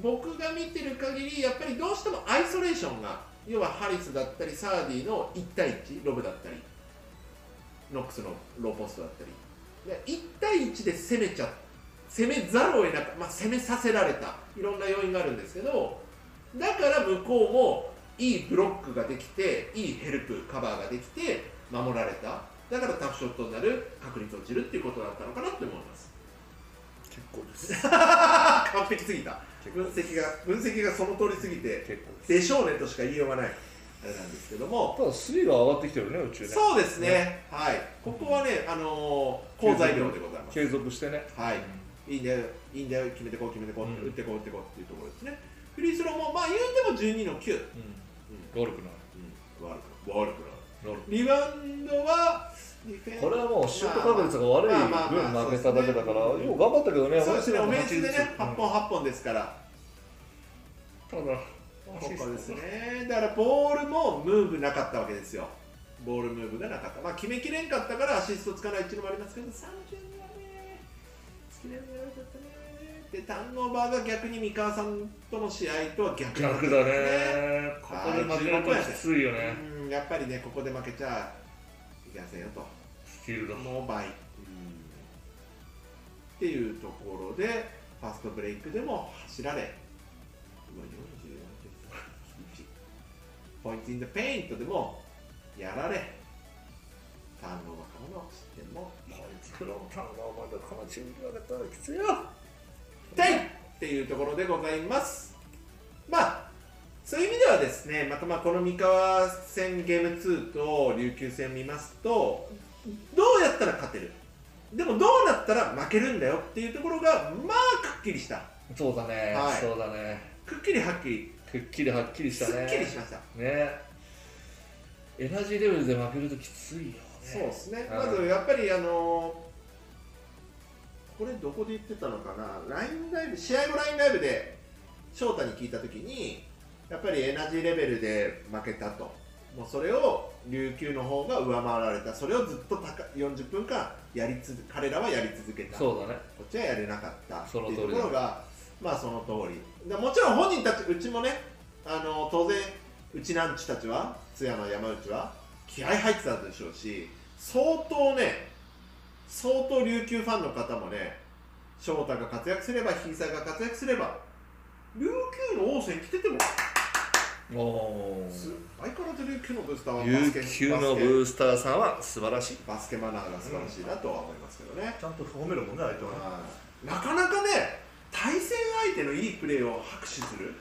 B: 僕が見てる限りやっぱりどうしてもアイソレーションが要はハリスだったりサーディの1対1ロブだったりノックスのローポストだったりで1対1で攻めちゃ攻めざるを得なかった、まあ、攻めさせられたいろんな要因があるんですけどだから向こうもいいブロックができていいヘルプカバーができて守られただからタフショットになる確率落ちるっていうことだったのかなって思います
C: 結構です
B: あ完璧すぎた分析が分析がその通りすぎて
C: 結構です
B: でしょうねとしか言いようがないあれなんですけども
C: ただスリーが上がってきてるね宇宙ね
B: そうですねはいここはねあのー好材料でございます
C: 継続してね
B: はいいいんだよ、いいんだよ、決めてこう、決めてこう、
C: うん
B: 打ってこう、打ってこうっていうところですね。フリースローも、まあ言うても12の9。うん
C: ゴルフの
B: 悪くない悪くない
C: ゴルフ
B: リバウンドは、ディフェンス
C: これはもうシュート確率が悪い
B: まあまあまあまあ
C: 分負けただけだからよ
B: そうですね
C: う頑張ったけどね
B: そうですね、オ
C: 本
B: フ
C: 当
B: ェンス
C: に
B: でね、8本8本ですから、
C: うんただ
B: ここですね、だからボールもムーブなかったわけですよ、ボールムーブがなかった、まあ、決めきれんかったからアシストつかないっていうのもありますけど、32はね、つけれなかったね、で、ターンオーバーが逆に三河さんとの試合とは逆だったんで
C: 逆
B: す
C: だねここで負けるときついよね
B: うんやっぱりね、ここで負けちゃいけませんよと、
C: スティールだ
B: もう倍、うんっていうところで、ファーストブレイクでも走られ、うわ44ポイントインドペイントでもやられ、ターンオーバーからの失点も
C: こいつクロータンがお前とこのチームで負けたらきついよ
B: 痛いっていうところでございます。まあそういう意味ではですね、またまあこの三河戦ゲーム2と琉球戦見ますと、どうやったら勝てる、でもどうなったら負けるんだよっていうところが、まあくっきりした、
C: そうだね
B: はい
C: そうだね
B: くっきりはっきり、
C: くっきりはっきりし
B: す
C: たね
B: っきりしました。
C: ねエナジーレベルで負けるときついよね
B: そうですね、
C: うん
B: まずやっぱり、あのーこれ、どこで言ってたのかな、ラインライブ試合後、ラインライブで翔太に聞いたときに、やっぱりエナジーレベルで負けたと、もうそれを琉球の方が上回られた、それをずっと高40分間やりつづ彼らはやり続けた、こ
C: そうだね
B: っちはやれなかったって
C: その
B: い
C: 通
B: う
C: り
B: ところが、まあその通り、でもちろん本人たち、うちもね、あのー当然、うちなんちたちは、津山、山内は、気合入ってたでしょうし、相当ね、相当琉球ファンの方もね、翔太が活躍すればヒーサーが活躍すれば琉球の王戦来てても
C: おー
B: す相変わらず琉球のブースターはバスケ
C: 琉球のブースターさんは素晴らしい
B: バスケマナーが素晴らしいなとは思いますけどね、
C: ちゃんと褒めるもんね相手は
B: はいなかなかね対戦相手のいいプレーを拍手する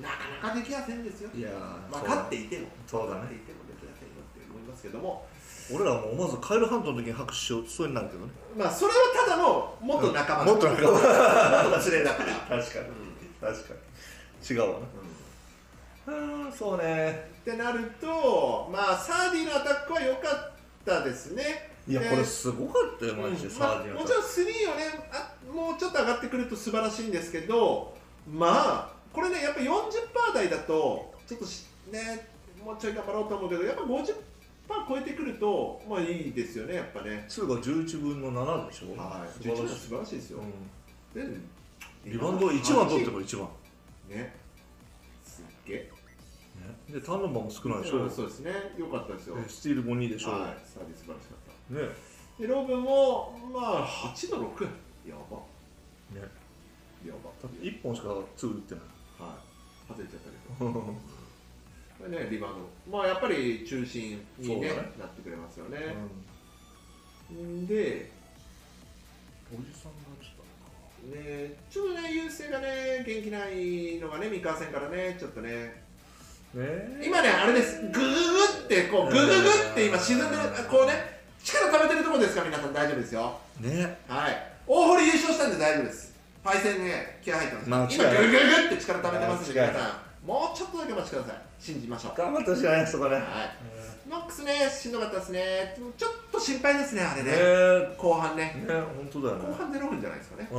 B: なかなかできやせんですよ
C: いやー
B: まあ、
C: そう
B: 勝っていても
C: そうだね
B: 勝っていてもできやせんよって思いますけども
C: 俺らも思わずカエルハントの時に拍手しようとそうになるけどね
B: まあそれはただの元仲間
C: もっと
B: 仲
C: 仲間確
B: 間の連れだから
C: かに確かに違うわねうんそうね
B: ってなるとまあサーディのアタックは良かったですね
C: いや
B: で
C: これすごかったよマジで
B: うん
C: サーディ
B: まあ、
C: の
B: もちろんスリーはねあもうちょっと上がってくると素晴らしいんですけどまあこれねやっぱ40%台だとちょっとしねもうちょい頑張ろうと思うけどやっぱ50%超えてくるとまあいいですよねやっぱね
C: 2が11分の7でしょ
B: はい
C: 素晴
B: 11
C: らし
B: 素晴らしいです
C: い
B: よ、で
C: リバウンド1番取っても1番
B: ねすっげえ
C: でターンオーバーも少ないでし
B: う
C: ょ
B: んそうですね良かったですよは
C: で
B: い
C: スティール5 2でしょ
B: サービス素晴らしかった
C: ね
B: でロブもまあ8の6やば
C: ね
B: やば
C: だって1本しか2打ってない
B: はい外れちゃったけどこれねリバウンドまあやっぱり中心に、ね
C: そうだね
B: なってくれますよね、ん、で
C: おじさんがちょっ
B: ねちょっとね優勢がね元気ないのがね三河戦からねちょっとね
C: とね
B: 今ねあれですグググってこうグググって今沈んでるこうね力溜めてるところですから皆さん大丈夫ですよ
C: ね
B: はい。大堀優勝したんで大丈夫です。パイセンね、気合入ってます。
C: まあ
B: 今、
C: 違う
B: ぐぐぐって力溜めてますんで、
C: まあ
B: 皆
C: 違う
B: さん、もうちょっとだけお待ちください。信じましょう。
C: 頑張ってほしいねそこね
B: はい。ノックスね、しんどかったですね。ちょっと心配ですね、あれ
C: ね
B: ね。
C: ね
B: 後半ね。
C: 本当だよ
B: 後
C: ね
B: 半0分じゃないですかね。
C: う
B: ち
C: ん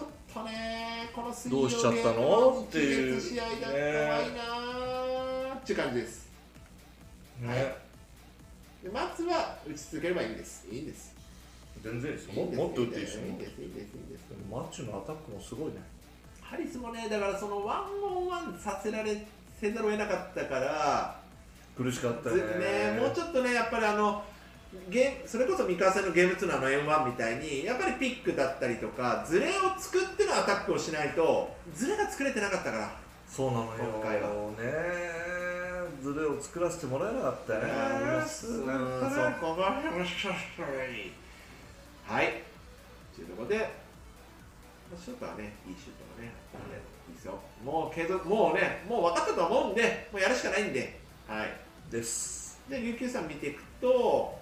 B: ょっとね、この水
C: どうしちゃったのっていう
B: 試合が怖いなーっていう感じです。
C: ね
B: でまずは打ち続ければいいんです。いいんです。
C: 全然いいです
B: いい
C: も
B: んです
C: もっと打っていいです
B: い
C: よ
B: いんです、いいんです、いいんです。
C: マッチのアタックもすごいね
B: ハリスもね、だからそのワンオンワンさせられせざるを得なかったから、
C: 苦しかった
B: ず
C: ね
B: ね、もうちょっとね、やっぱりあの、ゲーそれこそ三河戦のゲーム2のあの M1 みたいに、やっぱりピックだったりとか、ズレを作ってのアタックをしないと、ズレが作れてなかったから、
C: そうなのよ
B: 今回は
C: ねズレを作らせてもらえなかったね
B: うんそこが、よしよしよしはい、というところで、シュートはね、いいシュートがね、いいですよ、もう継続、もうね、もう分かったと思うんで、もうやるしかないんで、はい。
C: です
B: で琉球さん見ていくと、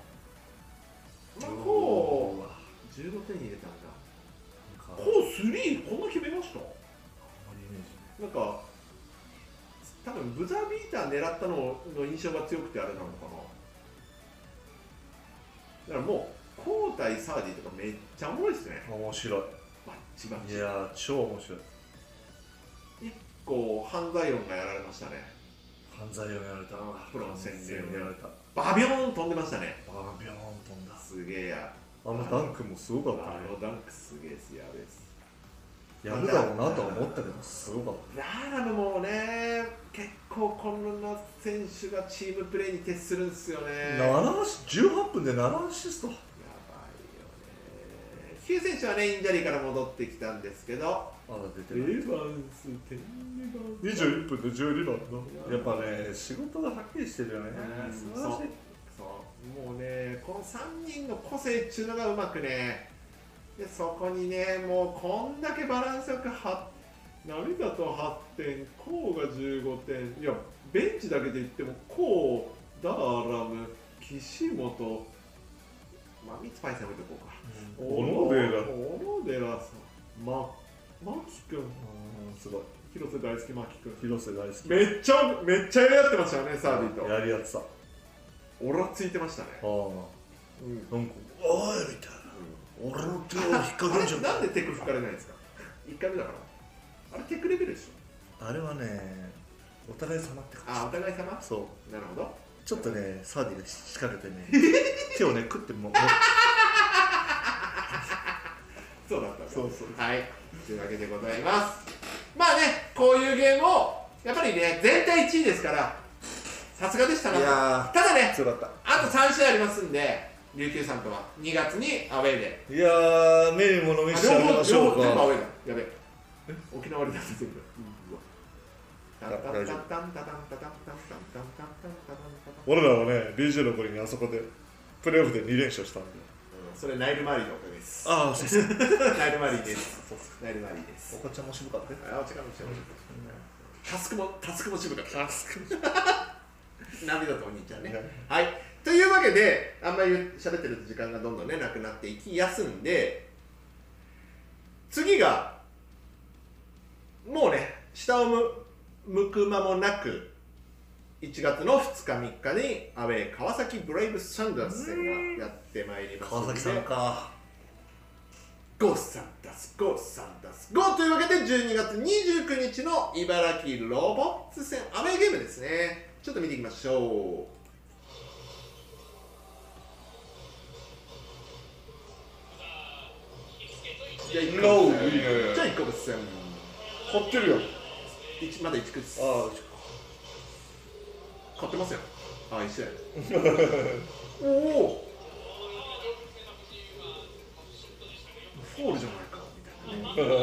B: まあ、こ
C: うわ
B: う15点入れたんだ
C: なんか
B: こう3こんな決めました
C: あんまりイメー
B: な
C: ジない
B: んか多分ブザービーター狙ったのの印象が強くてあれなのかなだからもう交代サーディとかめっちゃおもろいですね
C: 面白い
B: バッチバ
C: い
B: チ
C: やー超面白い
B: こう犯罪音がやられましたね
C: 犯罪をやられた
B: あプロの先生
C: 犯罪をやられた
B: バビョーン飛んでましたね
C: バービョーン飛んだ
B: すげえや
C: あのダンクもすごかっ
B: あ
C: たね
B: のダンクすげえすやべえっす
C: やるだろうなとは思ったけどすごかっ
B: ラーナムもね、結構こんな選手がチームプレーに徹するんですよね。
C: た
B: やばいよね。
C: 7アシ18分で7アシスト
B: ヒュー選手はね、インジャリーから戻ってきたんですけど、
C: まだ出て
B: エヴ
C: ない
B: ァンス、テンリバン
C: 21分で10リバウンドやっぱね仕事がはっきりしてるよね
B: うん
C: 素晴らしい
B: そう、もうね、この3人の個性っちゅうのがうまくね、でそこにね、もうこんだけバランスよくは、涙と8点、こうが15点、いや、ベンチだけで言っても、こう、ダーラム、岸本、まあ、三つパイセン置いておこうか。
C: 小野寺
B: 小野寺さん、ま、牧君、
C: うんすごい
B: 広瀬大好き牧君。
C: 広瀬大好き
B: めっちゃ、めっちゃやり合ってましたよね、サーディと。
C: やりやってたあ
B: オラついてましたね。
C: あ
B: うん
C: なんか「おい!」みたいな俺の手を引っ掛
B: あ
C: けんじゃ
B: れ
C: ん
B: なんでテク吹かれないんですか1回目だからあれテクレベルでしょ
C: <laughs> あれはねお互い様って感
B: あお互い様
C: じそう
B: なるほど
C: ちょっとねサーディが仕掛けて <laughs> ね手をね食ってもも
B: そうだったんだ
C: そうそう
B: はいというわけでございますまあねこういうゲームをやっぱりね全体1位ですからさすがでした
C: い
B: な
C: や
B: ただね
C: 強かった
B: あと3試合ありますんで琉球さんとは2月にアウェーで
C: いやー目に物見してあげましょう
B: 両方両方全部アウ
C: か
B: ェーだやべえ沖縄で出す全部うわタ
C: だ
B: ンタン
C: 大丈
B: タ
C: 夫
B: ンタンタンタンタンタンタンタンタンタンタンタン
C: 俺らはね BJ の頃にあそこでプレーオフで2連勝したんで
B: うんそれナイルマリーのおかげです
C: ああそうですか
B: ナイルマリーですナイルマリーです
C: お子ちゃんも渋かった
B: あ違う違う違うタスクもタスクも <laughs> 渋かった
C: あすく
B: 涙とお兄ちゃんね
C: ね。
B: はい、というわけで、あんまり喋ってると時間がどんどんね、なくなっていきやすんで、次が、もうね、下をむ向く間もなく、1月の2日3日にアウェー川崎ブレイブサンダース戦がやってまいります
C: 川崎さんか
B: ゴーサンダスゴーサンダスゴーというわけで12月29日の茨城ロボッツ戦アウェーゲームですねちょっと見ていきましょうじゃあ
C: ローいいね
B: じゃあ一個です
C: 買ってるよ
B: 一まだ一個です
C: あ
B: 買ってますよあ一緒
C: <laughs>
B: やおおフォールじゃないかみたいなね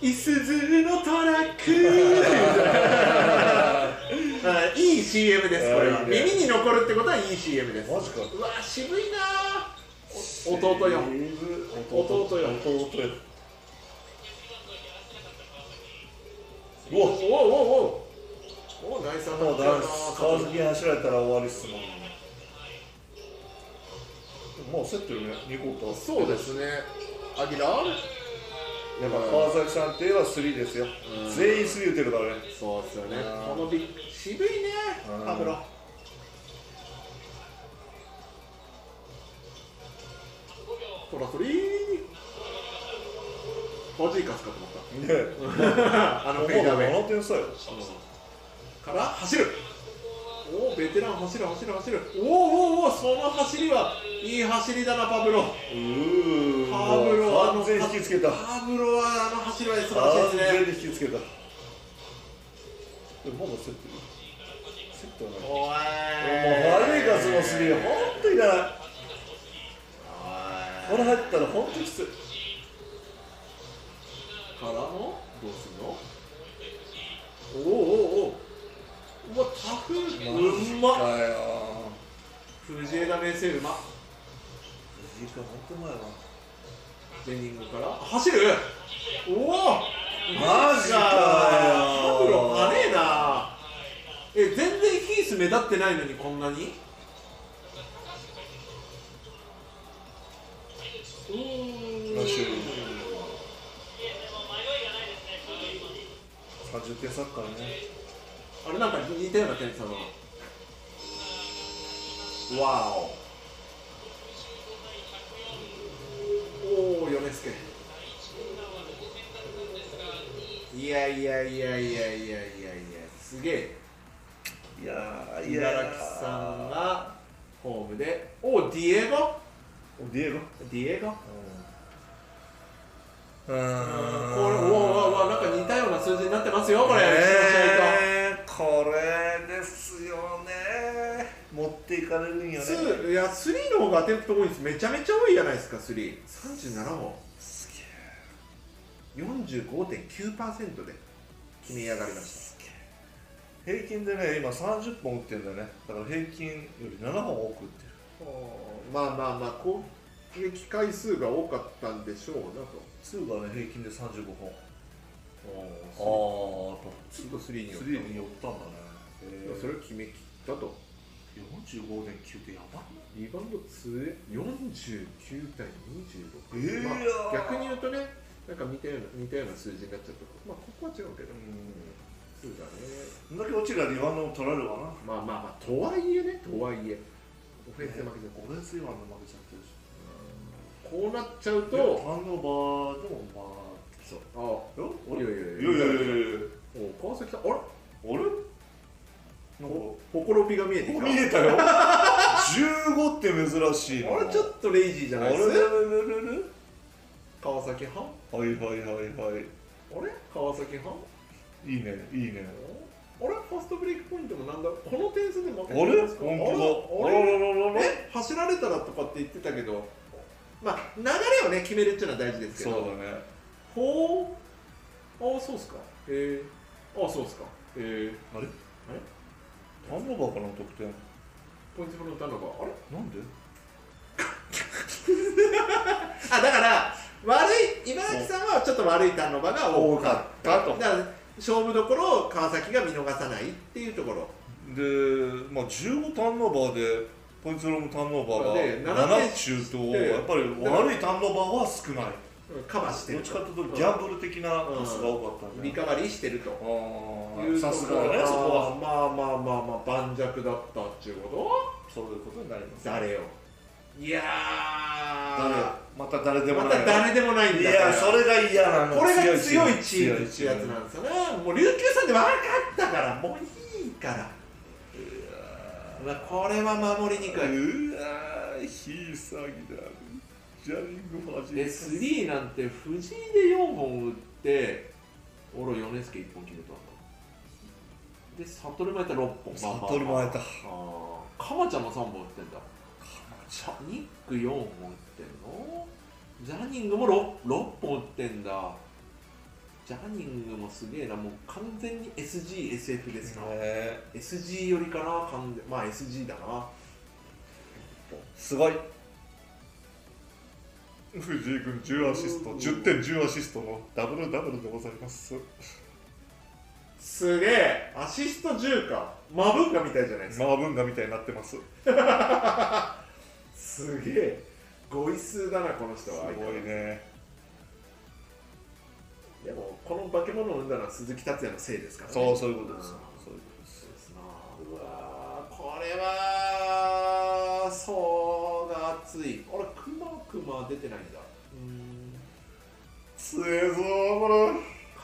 C: あ
B: いすゞのトラッ
C: <laughs>
B: クあいい CM ですこれは
C: あいいね
B: 耳に残るってことはいい CM です
C: マジか
B: うわ渋いなお弟よ弟よ
C: 弟よ
B: おお
C: うわ
B: おおおナイスアタ
C: も
B: ッ
C: う
B: ク
C: ダメです川崎に走られたら終わりっすもんもう競ってるね2コート
B: そうですねアギラ
C: やっぱ川崎さんっていえば3ですよ
B: うん
C: 全員3打てるからね
B: そうですよね
C: うん
B: このビッグ渋いね
C: うん
B: パブロトラトリーマジいかすかと思った
C: ねえ
B: <laughs> あのフェイダーウェイ
C: 7点差よ
B: から走るおおベテラン走る走る走るおおおおその走りはいい走りだなパブロ
C: うー
B: パブロはあ
C: も
B: の
C: う完全に引きつけた完
B: パブロはあの走りは素晴らしいですね
C: 全に引きつけたでもまだ競ってる競ってはないもう
B: おい
C: 悪いかその3本当にいらない
B: おい
C: これ入ったら本当にきつい
B: からのどうするのおおおうおううわタフうんまっ
C: かよ
B: 藤枝明生うまっ
C: 藤井君本当前
B: レニ
C: な
B: ングから走るおお
C: マジかよ
B: ハブロあれえなえ全然ヒース目立ってないのにこんなにうーん
C: ナイス30点サッカーね
B: あれなんか似たような点差だなわおおお米助いやいやいやいやいやいやいやすげえ
C: いやーいや
B: 茨城さんがホームでおおディエゴ
C: おディエゴ
B: ディエゴ
C: うー
B: これ
C: ん
B: おおおおおなんか似たような数字になってますよこれ、
C: ねえこれですよね持っていかれるんよね
B: 一試合とツーいやスリーの方がアテンプト多いんですめちゃめちゃ多いじゃないですかスリー37本
C: すげえ
B: 45.9%で決め上がりまし
C: すげえ平均でね今30本打ってるんだよねだから平均より7本多く打ってる
B: たまあまあまあ攻撃回数が多かったんでしょうなと
C: 2がね平均で35本あ
B: あ
C: あやっぱ
B: ちょっとスリーに寄った
C: 3に寄ったんだね
B: あそれを決めきったと
C: 45.9ってやばい
B: リバウンド2 49対
C: え
B: 26、
C: ー
B: ま
C: いやー
B: あ、逆に言うとねなんか似たような似たような数字になっちゃったとまあここは違うけど、そうだね
C: うんだけ落ちがリバウンドも取られるわな
B: まあまあまあとはいえねとはいえオフ
C: オ
B: ェンスで負けちゃ
C: オフェンスリバウンド負けちゃってるし
B: うこうなっちゃう
C: でも
B: と
C: ターンオーバーでもまあそう
B: あ
C: よ
B: いやいや
C: いやいやいやいやいや
B: お川崎さんあれ
C: あれなんか
B: ほほころびが見えてきた
C: 見えたよ15って珍しいな
B: あれちょっとレイジーじゃ
C: あ
B: ない
C: れ
B: で
C: れ
B: す
C: れ
B: か
C: れれれ
B: 川崎藩
C: はいはいはいは
B: あれ川崎藩
C: いいいねいいね
B: お
D: れファストブレイクポイントもなんだこの点数で負け
C: あ
D: て
C: れ
D: ますか
C: 本当
D: あ
C: だ
D: れあ
C: あ
D: れ
C: ららららら
B: え走られたらとかって言ってたけどまあ流れをね決めるっていうのは大事ですけ
C: そう
B: ど
C: だね
D: ほうああそうっすかへえああそうっすかへえ
C: あれターンオーバーかな得点
D: ポイントフロンターンのがあれ
C: なんで
B: あだから悪い茨城さんはちょっと悪いターンオーバーが多かった
C: 多かった
B: だから勝負どころを川崎が見逃さないっていうところ
C: で、まあ、15ターンオーバーでポイントロムターンオーバ
D: で
C: ーが
D: 7
C: 7中と
D: で
C: やっぱり悪いターンオーバーは少ない
B: カバーして
C: どっ
B: る
C: ち
B: と
C: かというとギャンブル的なパスが多かったん
B: リ
C: で、
B: カバリーしてると
C: あ
D: いう
C: あさすがだねそこは
D: まあまあまあまあ盤石だったっていうこ
C: そういうことになります
B: 誰よ
D: といや
C: 誰
D: ー
C: また誰でも
B: ま
C: ない
B: た誰でもないん
C: い
B: だから
C: やそれが嫌なの
B: これが強いチームっていう
C: 強
B: や
C: い
B: つ
C: チーム
B: なんですよねもう琉球さんで分かったからもういいからまあこれは守りにくいう
C: わーひいさぎだジャリング
D: で3なんて藤井で4本打って俺米助1本決めたんだで悟もやったら6本
C: 悟もやった
D: ああかまちゃんも3本打ってんだちゃニック4本打ってんのジャニングも 6, 6本打ってんだジャニングもすげえなもう完全に SGSF ですな、
C: ね
D: SG よりかな完全まあ SG だな
C: すごい藤井君10アシスト10点10アシストのダブルダブルでございます
B: すげえアシスト10かマブンガみたいじゃないですか
C: マーブンガみたいになってます
B: すげえご位数だなこの人
C: す
B: は
C: ごいね
B: でもこの化け物を生んだのは鈴木達也のせいですからね
C: そうそういうことです
B: ん
C: そういうことです
D: そうですな
B: うわーこれはそうが熱い
D: あれクマクマ出てないんだうん
C: 強えぞこ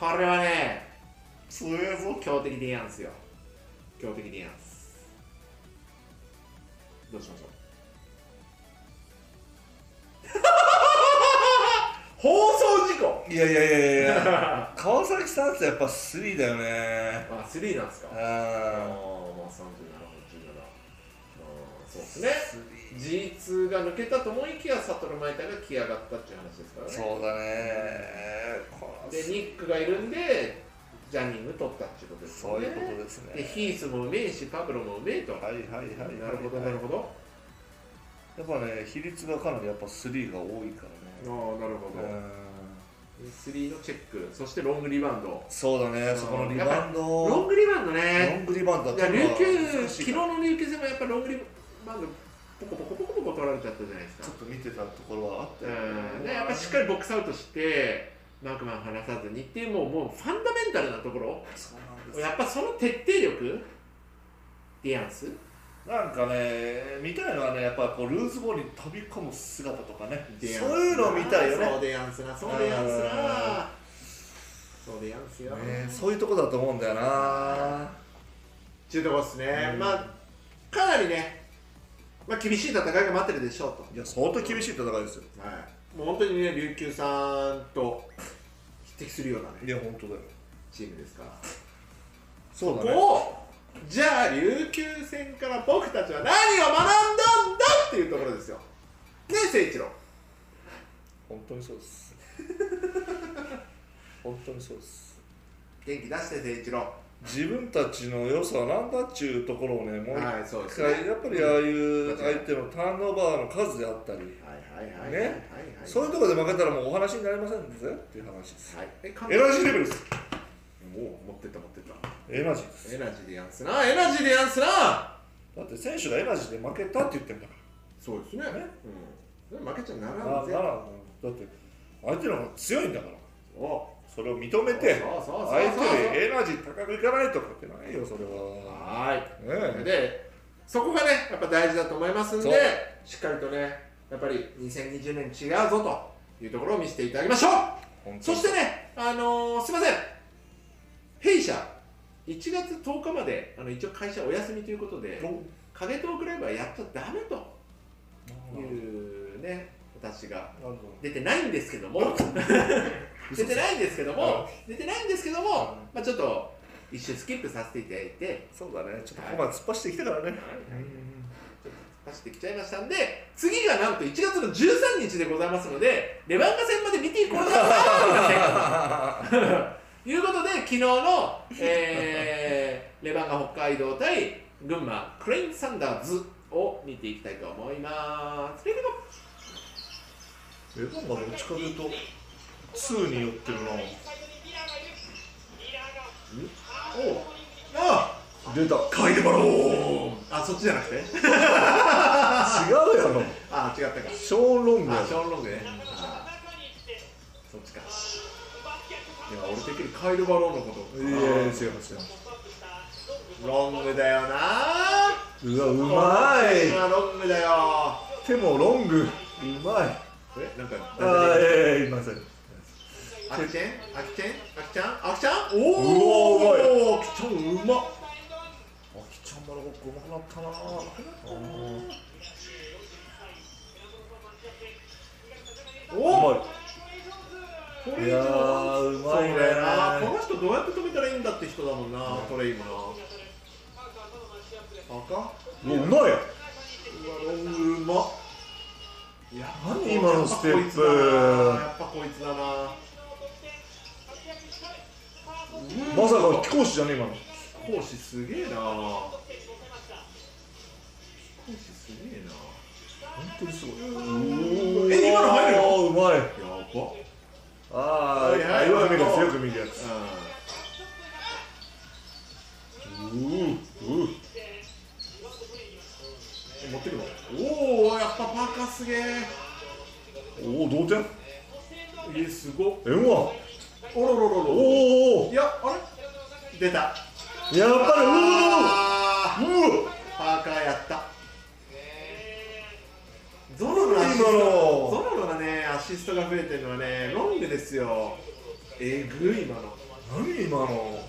C: れ
B: これはね
C: 強えぞ
B: 強敵でやんすよ強敵でやんすどうしましょう <laughs> 放送事故
C: いやいやいやいや <laughs> 川崎さんってやっぱ3だよね
B: あスリーなんすかああ
C: あ
B: まあ37 17あーそうですね G2 が抜けたと思いきやサトルマイタが来やがったっていう話ですから
C: あ
B: ね
C: そうだねこの
B: でニックがいるんでジャニング取ったっていうことです
C: そ
B: よ
C: う
B: ね
C: いうことですね
B: でヒースもうめえしパブロもうめえと、
C: はいはいはいはい
B: なるほどなるほど、
C: やっぱね比率がかなりやっぱ3が多いからね
B: ああなるほ
C: うん
B: スリーのチェック、そしてロングリバウンド。
C: そうだねそこのリバウンド
B: ロン
C: ロ
B: グリバウンドね。
C: ングリバウンド
B: いや
C: だ
B: 琉
C: った
B: 球
C: のは、難
B: 昨
C: し
B: 日
C: いから
B: の琉球戦もやっぱロングリバウンド、ポコポコポコポコ取られちゃったじゃないです
C: ちょ
B: か
C: っ。と見てたところはあったよ
B: うん、でやっぱしっかりボックスアウトして、マークマン離さずにっていう、もうもうファンダメンタルなところ、
C: そうなんですよ
B: やっぱその徹底力、ディアンス、
C: なんかね、見たいのはね、やっぱこうルーズボールに飛び込む姿とかね、そう
B: ディアンスな
C: いうのを見たいよね
B: そうディアンスな、そうディアンスな、そうディアンスよ。
C: ねそういうとこだと思うんだよな。
B: っていうとこですね、
C: うん
B: まあかなりね、まあ、厳しい戦いが待ってるでしょう
C: いや、相当厳しい戦いですよ。
B: と、はい、もう本当にね琉球さんと匹敵するような、ね、
C: いや、本当だよ。
B: チームですから
C: そうだね。
B: こうじゃあ琉球戦から僕たちは何を学んだんだっていうところですよね誠一郎
C: 本当にそうです。本当にそうです。
B: 元気出して誠一郎
C: 自分たちの良さは何だっちゅうところをね、もう一
B: はいそうですね
C: 回、やっぱりああいう
B: 間違い
C: 相
B: ない
C: 手のターンオーバーの数であったり、
B: はいはいはいはい
C: ね
B: はいはい
C: そういうところで負けたらもうお話になりませんぜっていう話です。
B: はいえ
C: エナジーレベルです。
B: おお持ってった持ってった
C: エナジーです。
B: エナジーでやんすなエナジーでやんすな
C: だって選手がエナジーで負けたって言ってんだから。
B: そうですね。うん。それ負けちゃなら
C: な
B: ん
C: な
B: ぜ。
C: らだって相手の方が強いんだから
B: お
C: それを認めて
B: そうそうそうそう
C: 相手でエナジー高くいかないと勝てないよそれ
B: は
C: は
B: ーい。
C: ねえ
B: で、そこがね、やっぱ大事だと思いますんで
C: そう、
B: しっかりとね、やっぱり2020年違うぞというところを見せていただきましょう
C: 本当に
B: そしてね、あのーすいません。弊社、1月10日まであの一応会社お休みということで、影トークライブはやっちゃダメというね、私が
C: なるほ
B: 出てないんですけども出てないんですけども出てないんですけども、まあ、ちょっと一周スキップさせていただいて
C: そうだねちょっとここまで突っ走ってきたからね、
B: ちょっと走ってきちゃいましたんで次がなんと1月の13日でございますのでレバンガ戦まで見ていこうかなと思いますいうことで昨日の、えーレバンガ北海道対群馬クレインサンダーズを見ていきたいと思います。レディゴ
C: レバンガどっちかというと2に寄ってる
B: おうあ
C: な出た
B: 書いてもらおうあそっちじゃなくて
C: 違うやろ
B: あ違ったか
C: ショーン・ロングや
B: あ
C: ろ
B: ショーンロングねあそっちかいや俺的にカイル・バローンのこと
C: いやいや違いますよ
B: ロングだよな
C: うわうまい
B: あロングだよ
C: 手もロングうまい
B: えなんか
C: あーいやいやいません
B: あきちゃんあきちゃんあきちゃんあきちゃんおお
C: うわ
B: あきちゃんうまっ
C: あきちゃんまらごっこうまくなったなあ
B: お
C: うまい
B: これ
C: いやーうまいね
B: そうだよなこの人どうやって止めたらいいんだって人だもんな、これ今なバカ
C: もううま
B: う
C: いや
B: わロングうまっいや
C: 何今のステップ
B: やっぱこいつだなやっぱこいつだな
C: まさか貴公子じゃねえ今の
B: 講師すげえな講師すげえな
C: 本当にすごい
B: え今の入る
C: ようま
B: や
C: い
B: ばっ
C: あ
B: は
C: ー、
B: いはい
C: あよく見るやつよく見るやつ
B: う
C: うーうー
B: んえ持ってくのおおやっぱパーカーすげえ
C: おお同点
B: えすごっ
C: M1 お
B: おろろろ
C: お
B: ろ
C: おお
B: いやあれ出た
C: やっぱ
B: あ
C: りうー
B: ー
C: うー
B: パーカーやったゾロのアシス
C: 今の
B: トゾロのがねアシストが増えてるのはねロングですよえぐい今の
C: 何今の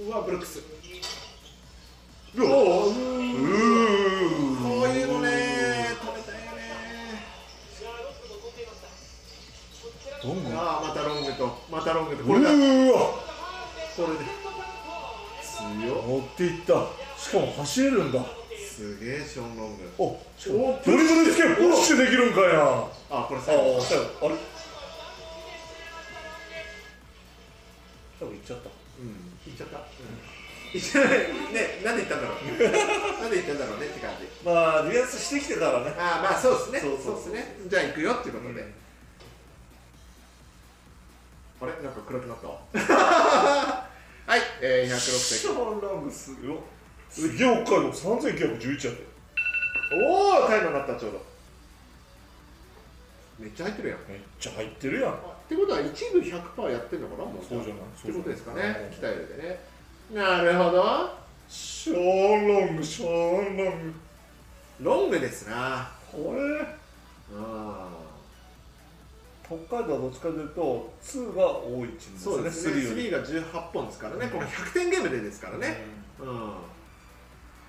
B: うわブルックス
C: うわ
B: おうー
C: うー
B: こういうのね止めたいよね
C: どんどんう
B: ああまたロングとまたロングとこれだこ
C: ーわ
B: れで強っ
C: 持っていったしかも走れるんだ
B: すげえショーンロング
C: おしかも
B: お
C: ドリブルつけプッシュできるんかいなあ
B: あこれ最後
C: ーあれ多分行っちゃった
B: うんいっちゃった、うん、いっちゃったねなん <laughs> でいったんだろう <laughs> なんでいったんだろうねって感じ
C: まあディフェンスしてきてたらね
B: ああまあそうですね
C: そうそう
B: ですねじゃあ行くよっていうことで、
C: うん
B: あれなんか暗くなった <laughs> はい、えー、106点
C: ョーンラングすごいすげえ北海道3911やで
B: おおタイムになったちょうどめっちゃ入ってるやんっ
C: めっちゃ入ってるやん
B: てことは一部100%やってんのかなもう
C: そうじゃ
B: っ
C: ない
B: てことですかね
C: そう
B: 期
C: じゃ
B: 待でねなるほど
C: ショーンロングショーンロング
B: ロングですな
C: これ
B: あ
C: 北海道はどっちかというと2が多いチーム
B: そうですね
C: スリーより
B: 3が18本ですからね、この100点ゲームでですからね、うんっ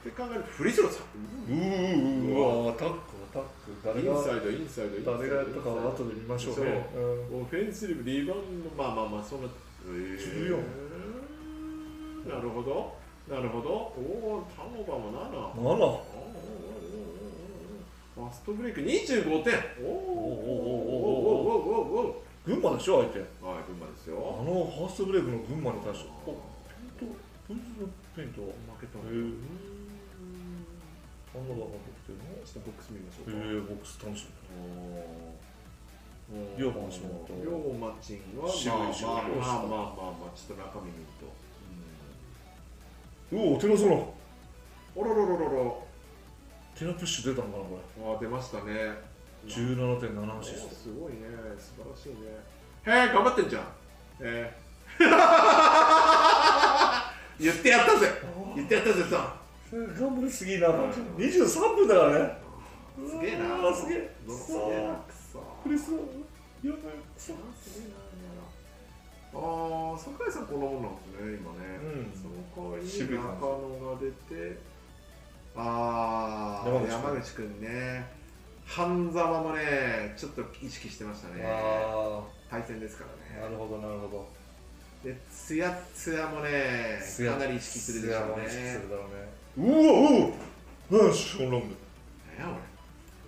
B: て考えるとフリースローさ
C: うーわアタックアタック誰
B: インサ
C: が
B: イドインサイドインサイド
C: 誰がやったかは後で見ましょうねうん
B: オフェンスリブリバウンドまあまあまあそんな
C: 14
B: なるほどなるほどおおターンオーバーも7おーおーおーおー
C: なんだ
B: おーファストブレイク25点おーおーおーおーおーおーおーおー
C: 群馬でしょ相手
B: おーはい群馬です
C: あ
B: よ
C: のファーストブレイクの群馬に対して
B: お
C: おペイントブンズのペイントは
B: 負けた
C: へえあんなバカ得
B: ちょっとボックス見ましょ
C: 点
B: うか
C: のへえボックス楽しみ
B: おー
C: 両方マッチングと
B: 両方マッチングは
C: 渋い渋い
B: まあまあまあまあまあちょっと中身見ると
C: うおテラソラ
B: おろろろろろ
C: テラプッシュ出たのかなこ
B: あー出ましたね
C: れ17.7
B: お
C: アシスト
B: すごいね素晴らしいねへえ頑張ってんじゃんえー <laughs> 言ってやったぜ言ってやったぜさ
C: 頑張りすぎな23分だからね
B: すげえな
C: うわーすげえ
B: どうすげえなくそ
C: クリスやばい
B: すげえなああ酒井さんこんなもんなんですね今ね、
C: うん
B: その代わりに
C: 渋い感じ
B: 中野が出てああ
C: 山口君
B: 山口君ね半沢もねちょっと意識してましたね
C: あ
B: 対戦ですから
C: あな
B: ね
C: るほどなるほ
B: でツヤツヤもねかなり意識するでしょうね
C: 意識す
B: ね
C: るだろうねうわうわショーン・ラング
B: え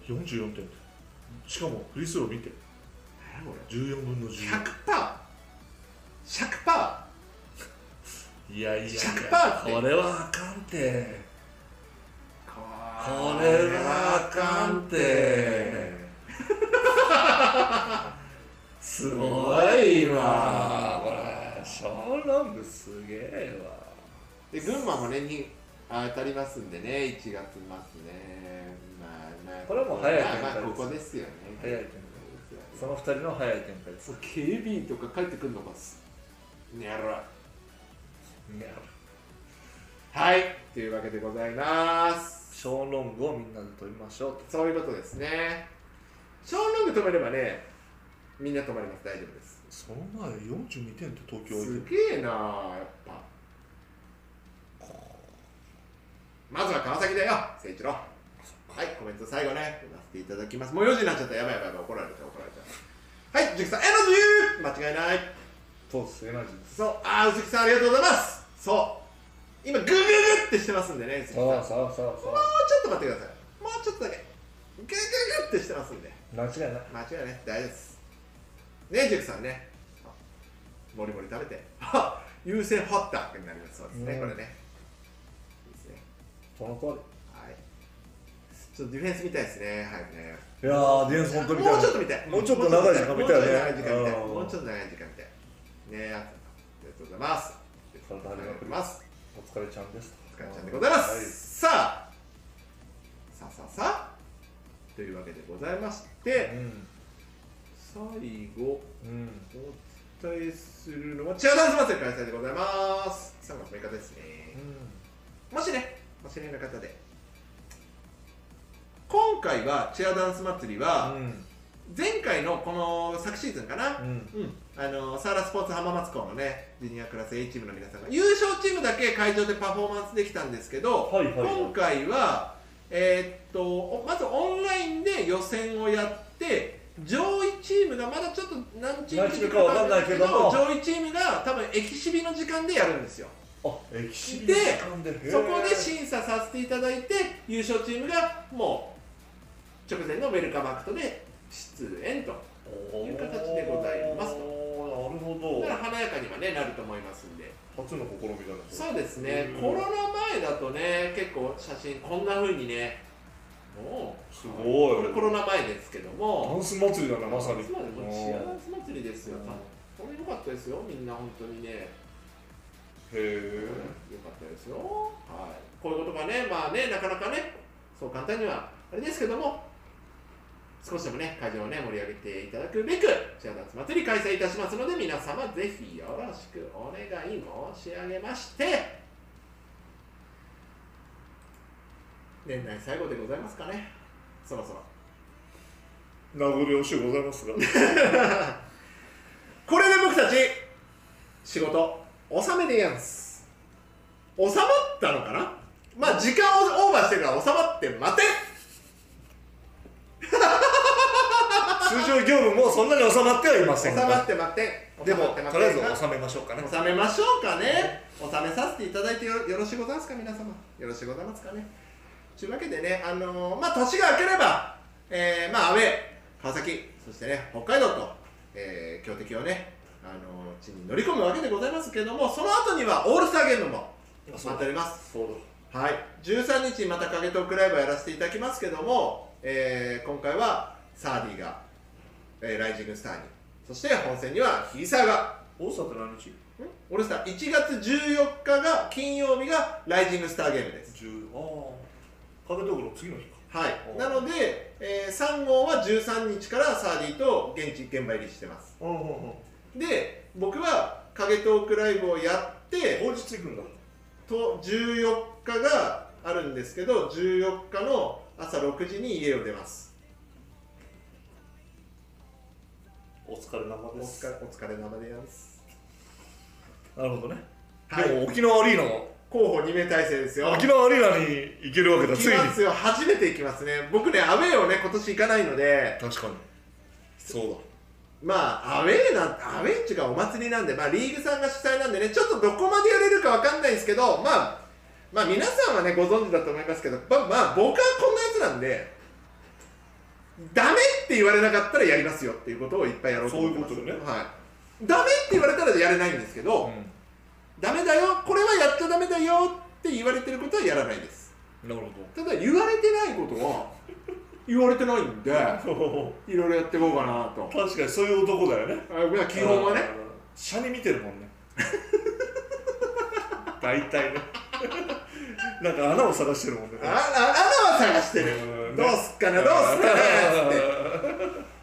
B: 俺ね
C: 44点しかもフリースロー見て
B: え俺
C: 14分の10
B: 100%100% 100%
C: いやいやいや
B: 100%って
C: これはあかんて
B: こ
C: これはあかんてすごいわこれショーン・ラングすげえわ
B: で群馬もねにあ当たりますんでね1月末ねまあまあ
C: これはもう早い
B: まあまあ
C: 展開です
B: ここですよね
C: 早い展その2人の早い展開です
D: そう警備員とか帰ってくるのがす
B: ねやろはいというわけでございます
C: ショーン・ロングをみんなで撮りましょうと
B: そういうことですねショーンロング止めればねみんな止まります大丈夫です
C: その前42点って東京行
B: す
C: って
B: げえなやっぱまずは川崎だよ誠一郎はいコメント最後ね読ませていただきますもう4時になっちゃったやばいやばいやばい怒られた怒られたはい塾さんエナジー間違いない
C: そうですエナジーです
B: そうあー鈴木さんありがとうございますそう今ググググってしてますんでね鈴木さんもう
C: あそうそうそ
B: ち
C: う
B: ょっと待ってくださいもうちょっとだけグググってしてますんで
C: 間違いない
B: 間違いない大丈夫ですね塾さんねあもりもり食べて <laughs> あ優先ホッタになりますそうですね、
C: うん
B: これねいいですね
C: その通
B: はいちょっとディフェンス見たいですね早くね
C: りいやーディフェンス本当見たい
B: もうちょっと見たい
C: もうちょっと長い時間見たいね
B: もうちょっと長い時間見たいねえありがとうございますありがとうございます
C: お疲れちゃんです
B: お疲れちゃんでございます、さあさあさあさあというわけでございまし
C: はい
B: て
C: うん
B: 最後
C: うん
B: お伝えするのはチアダンス祭り開催でございます3月6日です
C: う
B: ね
C: ん
B: もしねお知り合いの方で今回はチアダンス祭りは前回のこの昨シーズンかな、
C: うん
B: うん、あのサーラスポーツ浜松校のねジュニアクラス A チームの皆さんが優勝チームだけ会場でパフォーマンスできたんですけど、
C: はいはいはい
B: 今回は、えーっとおまずオンラインで予選をやって上位チームがまだちょっと何チーム
C: 何チームかわかんないけども
B: 上位チームが多分エキシビの時間でやるんですよ
C: あ歴史
B: で
C: で
B: そこで審査させていただいて優勝チームがもう直前のウェルカムアクトで出演と
C: と
B: いう形でございます
C: なるほ
B: だから華やかにはねなると思いますんで
C: ど初の試みだねそれ
B: そうですね、
C: うん
B: コロナ前だとね、結構写真、こんな風にね、もう、
C: すごい
B: これコロナ前ですけど
C: ダ
B: も、
C: ンス祭りだねまさに
B: そうですもう幸
C: うんへ
B: せ祭りですよ、
C: うん
B: これ良かったですよ、みんな、本当にね、良
C: え
B: かったですよ、はい、こういうことがね、まあね、なかなかね、そう簡単にはあれですけども、少しでもね、会場をね、盛り上げていただくべく、チアダンス祭り開催いたしますので、皆様、ぜひよろしくお願い申し上げまして。年内最後でございますかねそろそろ
C: 名残惜しゅうございますが
B: これで僕たち仕事納めでやんす収まったのかなまあ時間をオーバーしてるから収まって待て
C: 通常業務もそんなに収まってはいませ
B: 収
C: んが
B: まって待て
C: でも
B: 収まって待
C: と
B: て
C: りあえず収めましょうかね
B: 収めましょうかね収めさせていただいてよよろしゅうございますか皆様よろしゅうございますかねというわけでねあのーまあ年が明ければ、えーまあアウェー川崎そしてね北海道と、えー強敵をねあのー地に乗り込むわけでございますけれどもその後にはオールスターゲームも待っております
C: そうだ
B: はい、13日にまた影とクライブやらせていただきますけども、えー今回はサーディが、えーライジングスターにそして本戦にはヒーサーが
C: 大阪って何日
B: ん俺さ1月14日が金曜日がライジングスターゲームです
C: 10ああかけところ次の日か
B: はい
C: お
B: なので、えー3号は13日からサーディと現地現場入りしてます
C: うんうんうん
B: で僕は影トークライブをやって
C: 当日行くんだ
B: と14日があるんですけど14日の朝6時に家を出ます
C: お疲れ様
B: お
C: です
B: 疲れお疲れ様でやんす。
C: なるほどね
B: はい
C: でも沖縄アリーナも
B: 候補2名体制ですよ。
C: 沖縄アリーナに行けるわけだ
B: 行き
C: ついに
B: ますよ。初めて行きますね。僕ね、アウェーをね、今年行かないので、
C: 確かにそう
B: まあアウェーなアウェーっていうかお祭りなんで、まあ、リーグさんが主催なんでねちょっとどこまでやれるかわかんないんですけど、まあ、まあ皆さんはねご存知だと思いますけど、まあ、まあ僕はこんなやつなんでダメって言われなかったらやりますよっていうことをいっぱいやろうと思ってます
C: そういうこと
B: はい、ダメって言われたらやれないんですけど、ダメだよこれはやっちゃダメだよって言われてることはやらないです
C: なる
B: ただ言われてないことは言われてない
C: <laughs>
B: んで
C: ほ
B: いろいろやっていこうかなと
C: ど確かにそういう男だよね
B: あまあ基本はね
C: シャに見てるもん <laughs> ね大体ねなんか穴を探してるもんね
B: ああ穴は探してる
C: うん
B: どうすっかなどうすっかなつって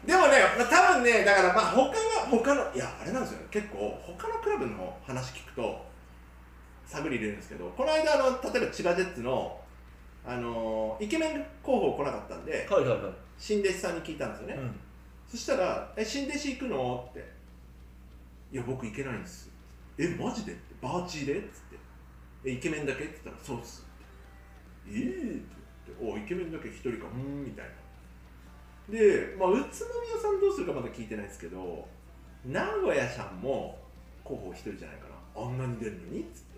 B: でもね、まあ、多分ねだからまあ他が他のいやあれなんですよね結構他のクラブの話聞くと探り入れるんですけどこの間あの例えば千葉ジェッツのあのイケメン候補来なかったんで
C: はいはいはい、
B: 新弟子さんに聞いたんですよね、
C: うん
B: そしたら「え新弟子行くの?」って「いや僕行けないんです」えマジで?」って「バーチーで?」っつって「えイケメンだけ?」って言ったら「そうっす」って「ええって言って「おイケメンだけ一人かうーん」みたいなで、まあ、宇都宮さんどうするかまだ聞いてないですけど名古屋さんも候補一人じゃないかなあんなに出るのにっつって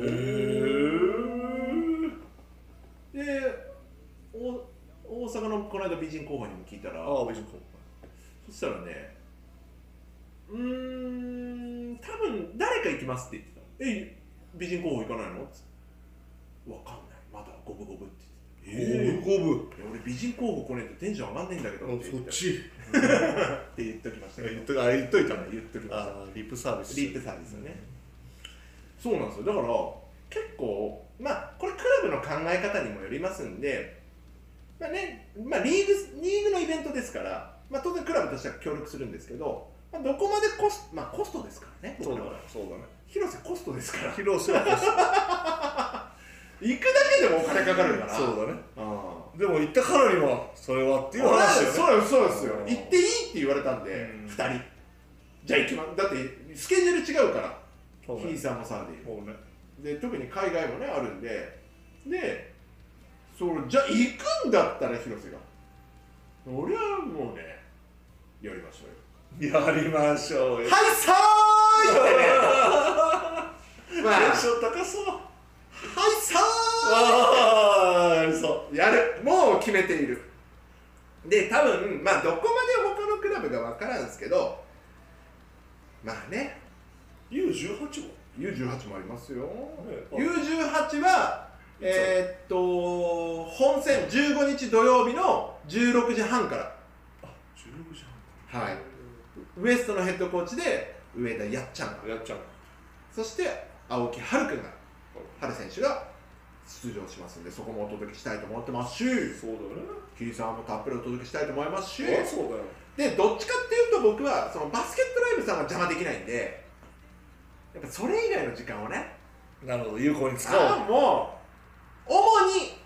C: へー
B: でお大阪のこの間美人候補にも聞いたら
C: ああ美人候
B: そしたらね、うーん、多分誰か行きますって言ってた。え、美人候補行かないのつってわかんない。まだ五分五分って言ってた。えー
C: 補五
B: い
C: 分
B: や俺美人候補来ねえとテンション上がんねえんだけどって
C: そ
B: 言っ
C: ってち
B: って言っときましたけど
C: 言っとあ言っといたね
B: 言っときました
C: あーリップサービス
B: リップサービスよねそうなんですよだから結構まあこれクラブの考え方にもよりますんでまあね、まあ、リーグリーグのイベントですから、まあ、当然クラブとしては協力するんですけど、まあ、どこまでコス,、まあ、コストですからね
C: そうだね
B: 僕らは
C: そうだね
B: 広瀬コストですから行く
C: 広瀬は
B: だけでもお金かかるから
C: そうだね
B: あ
C: でも行ったからにはそれはっていう
B: 俺は
C: 話
B: そう
C: よね
B: ですそうですよ
C: うん
B: 行っていいって言われたんで、
C: うん
B: 2人じゃあ行きますだってスケジュール違うから
C: そうだ
B: ひ
C: ね
B: いさんもサーディも
C: そうね
B: で特に海外もねあるんででそれじゃあ行くんだったら広瀬が俺はもうねやりましょう
C: やりましょうよ
B: よはいさーい <laughs> ってねまあは
C: テン
B: い
C: ション高そう
B: さ
C: ああやりそ
B: ーいやるもう決めているで多分まあどこまで他のクラブが分からんすけどまあね
C: う U18 も
B: U18 もありますよ、
C: あ
B: U18 はえーっと本戦15日土曜日の16時半から
C: 16時
B: はいウエストのヘッドコーチで上田やっちゃんが
C: 半やっちゃう
B: そして青木春君が春選手が出場しますんでそこもお届けしたいと思ってますし
C: そうだよね
B: キリさんもたっぷりお届けしたいと思いますし
C: あそうだよ
B: でどっちかっていうと僕はそのバスケットライブさんは邪魔できないんでやっぱそれ以外の時間をね
C: なるほど有効に使おう
B: ああもう主にい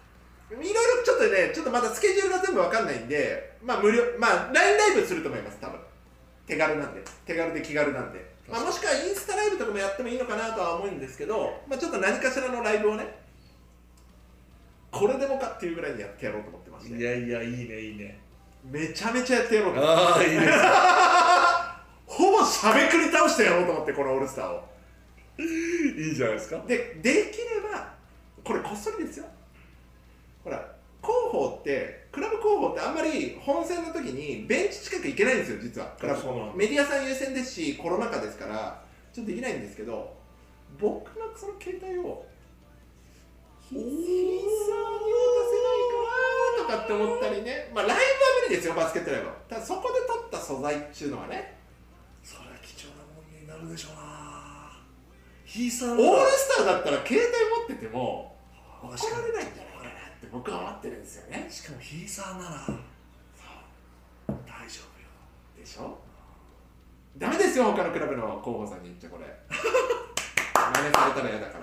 B: ろいろちょっとねちょっとまだスケジュールが全部わかんないんでまあ無料まあ LINE ライブすると思います多分手軽なんで手軽で気軽なんで、まあ、もしくはインスタライブとかもやってもいいのかなとは思うんですけど、まあ、ちょっと何かしらのライブをねこれでもかっていうぐらいにやってやろうと思ってまして
C: いやいやいいねいいね
B: めちゃめちゃやってやろうと
C: ああいい <laughs> ね
B: ほぼしゃべくり倒してやろうと思ってこのオールスターを
C: いいじゃないですか
B: でできればこれこっそりですよほら広報ってクラブ広報ってあんまり本戦の時にベンチ近く行けないんですよ実はクラブ
C: そうなの
B: メディアさん優先ですしコロナ禍ですからちょっとできないんですけど僕のその携帯をひいさんに渡せないかなとかって思ったりねまあライブは無理ですよバスケットライブはただそこで撮った素材っていうのはね
C: それは貴重なものになるでしょうなひいさ
B: オー
C: ん
B: ル
C: は
B: スターだったら携帯持ってても
C: あ
B: 怒
C: しからも
B: れないんじゃないかなって僕は思ってるんですよね
C: しかもひいさんなら大丈夫よ
B: でしょダメですよ他のクラブの候補さんに言っちゃこれ真似されたら嫌だか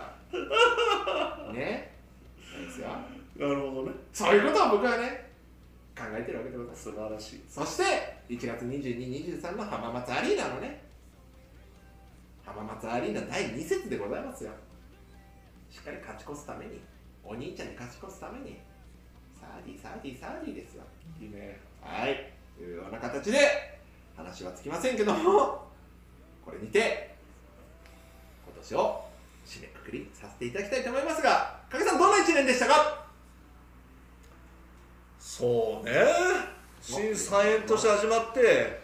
B: らねそうですよ
C: なるほどね
B: そういうことを僕はね考えてるわけでございます
C: 素晴らしい
B: そして1月2223の浜松アリーナのね浜松アリーナ第2節でございますよしっかり勝ち越すためにお兄ちゃんに勝ち越すためにサーディーサーディーサーディーですよ
C: いいね
B: はい。というような形で、話はつきませんけどもこれにて今年を締めくくりさせていただきたいと思いますが影さんどんな1年でしたか
C: そうね新三円として始まってね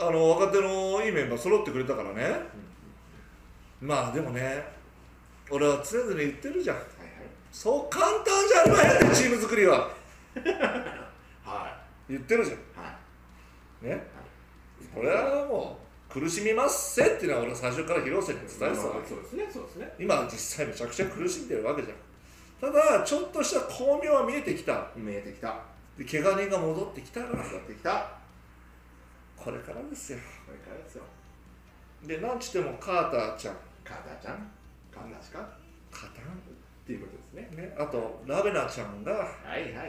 C: あの若手のいいメンバー揃ってくれたからねまあでもね俺は常々言ってるじゃんそう簡単じゃあるまいってチーム作りは
B: は
C: 言ってるじゃ
B: いはい
C: んねこれはもう苦しみますせっていうのは俺は最初から広瀬に伝えてたわけ
B: そうですねそうですね
C: 今実際めちゃくちゃ苦しんでるわけじゃんただちょっとした巧妙は見えてきた
B: 見えてきた
C: で怪我人が戻ってきたから
B: やってきた
C: これからですよ
B: これからですよ
C: でなんちってもカーターちゃん
B: カーターちゃんカーターしかっ
C: カタ
B: ていうことですね
C: ンねあとラベナちゃんが
B: はいはいはいはいは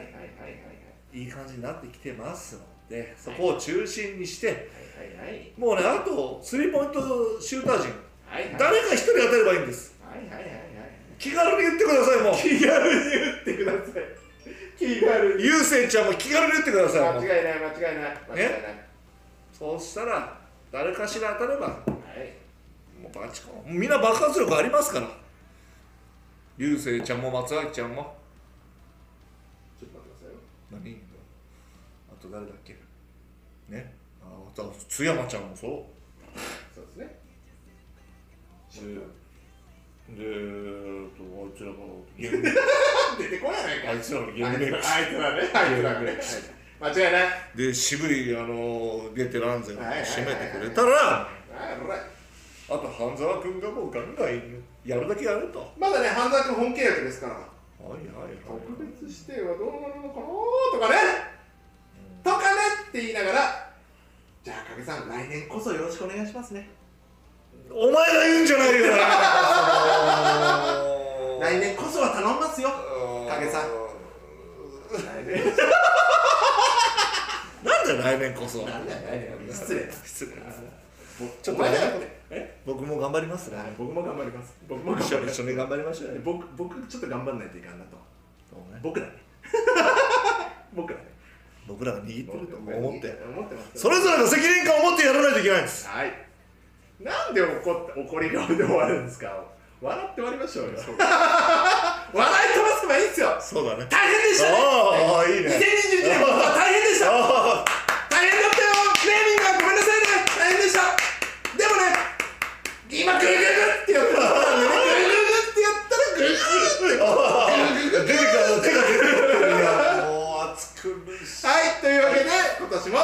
B: い
C: いい感じになってきてますのでそこを中心にして
B: はいはいはい
C: もうねあとスリーポイントシューター陣
B: はいはい
C: 誰か一人当たればいいんです
B: はいはいはいはい
C: 気軽に言ってくださいもう
B: 気軽に言ってください気軽に
C: ゆうせいちゃんも気軽に言ってくだ
B: <laughs>
C: さいもう
B: 間違いない間違いない間違いない
C: そうしたら誰かしら当たれば
B: はい
C: もうバチコンみんな爆発力ありますから流星ちゃんも松脇ちゃんも
B: ちょっと待ってくださいよ
C: 何あと誰だっけねああと津山ちゃんもそ
B: そうですね
C: うでえっとあいつらがゲ <laughs> ーム
B: 出てこないないか
C: あいつらのゲー
B: あ
C: ム
B: いつ
C: メ
B: ら
C: イ
B: ねあいつらね間違いない
C: クで渋いあのベテラン勢を
B: はいはいはい
C: 締めてくれたら
B: あほら
C: あと半沢君がもうガンガンやるだけやるとは
B: まだね半沢君本契約ですから
C: いはいはい
B: 特別指定はどうなるのかなとかね、とかねって言いながらじゃあ影さん来年こそよろしくお願いしますね
C: お前が言うんじゃないよ <laughs> な
B: 来年こそは頼みますよ影 <laughs> さん来年
C: なんで来年こそ
B: なんだよ来年失礼
C: 失礼ですね
B: ちょっと待って
C: 僕も頑張りますね
B: 僕も頑張ります僕も頑
C: 一
B: 張
C: 緒
B: り
C: に <laughs>
B: ます
C: 一緒に頑張りましょうよ
B: 僕僕ちょっと頑張んないといかんなと
C: 僕
B: 僕だね <laughs> 僕だね
C: 僕らが握ってると思って
B: 思ってます
C: それぞれの責任感を持ってやらないといけないんです
B: はいなんで怒って怒り顔で終わるんですか笑って終わりましょうよ <laughs> 笑い飛ばせばいいんですよ
C: そうだね
B: 大変でしたね
C: ああいい
B: 2021
C: ね
B: 年も大変でした
C: あ
B: 大変だったよクレーミングはごめんなさいね大変でしたでもね今グルグルグルってやったらグルグルグルってやったらグルグルって
C: 出てくる手が出てくるいやもう暑苦しい
B: はいというわけで今年も、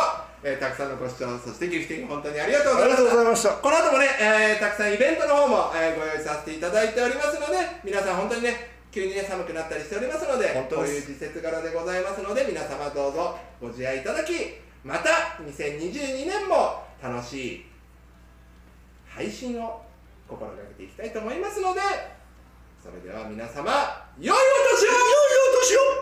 B: えーたくさんのご視聴そしてギフティング本当にありがとうご
C: あ
B: ざい
C: り
B: まし
C: がとう
B: た
C: ございました
B: この後もね、えーたくさんイベントの方も、えーご用意させていただいておりますので皆さん本当にね急にね寒くなったりしておりますので
C: 本当
B: こう
C: で
B: いう
C: す
B: 季節柄でございますので皆様どうぞご自愛いただきまた2022年も楽しい配信を心がけていきたいと思いますのでそれでは皆様良いお年を良いお年を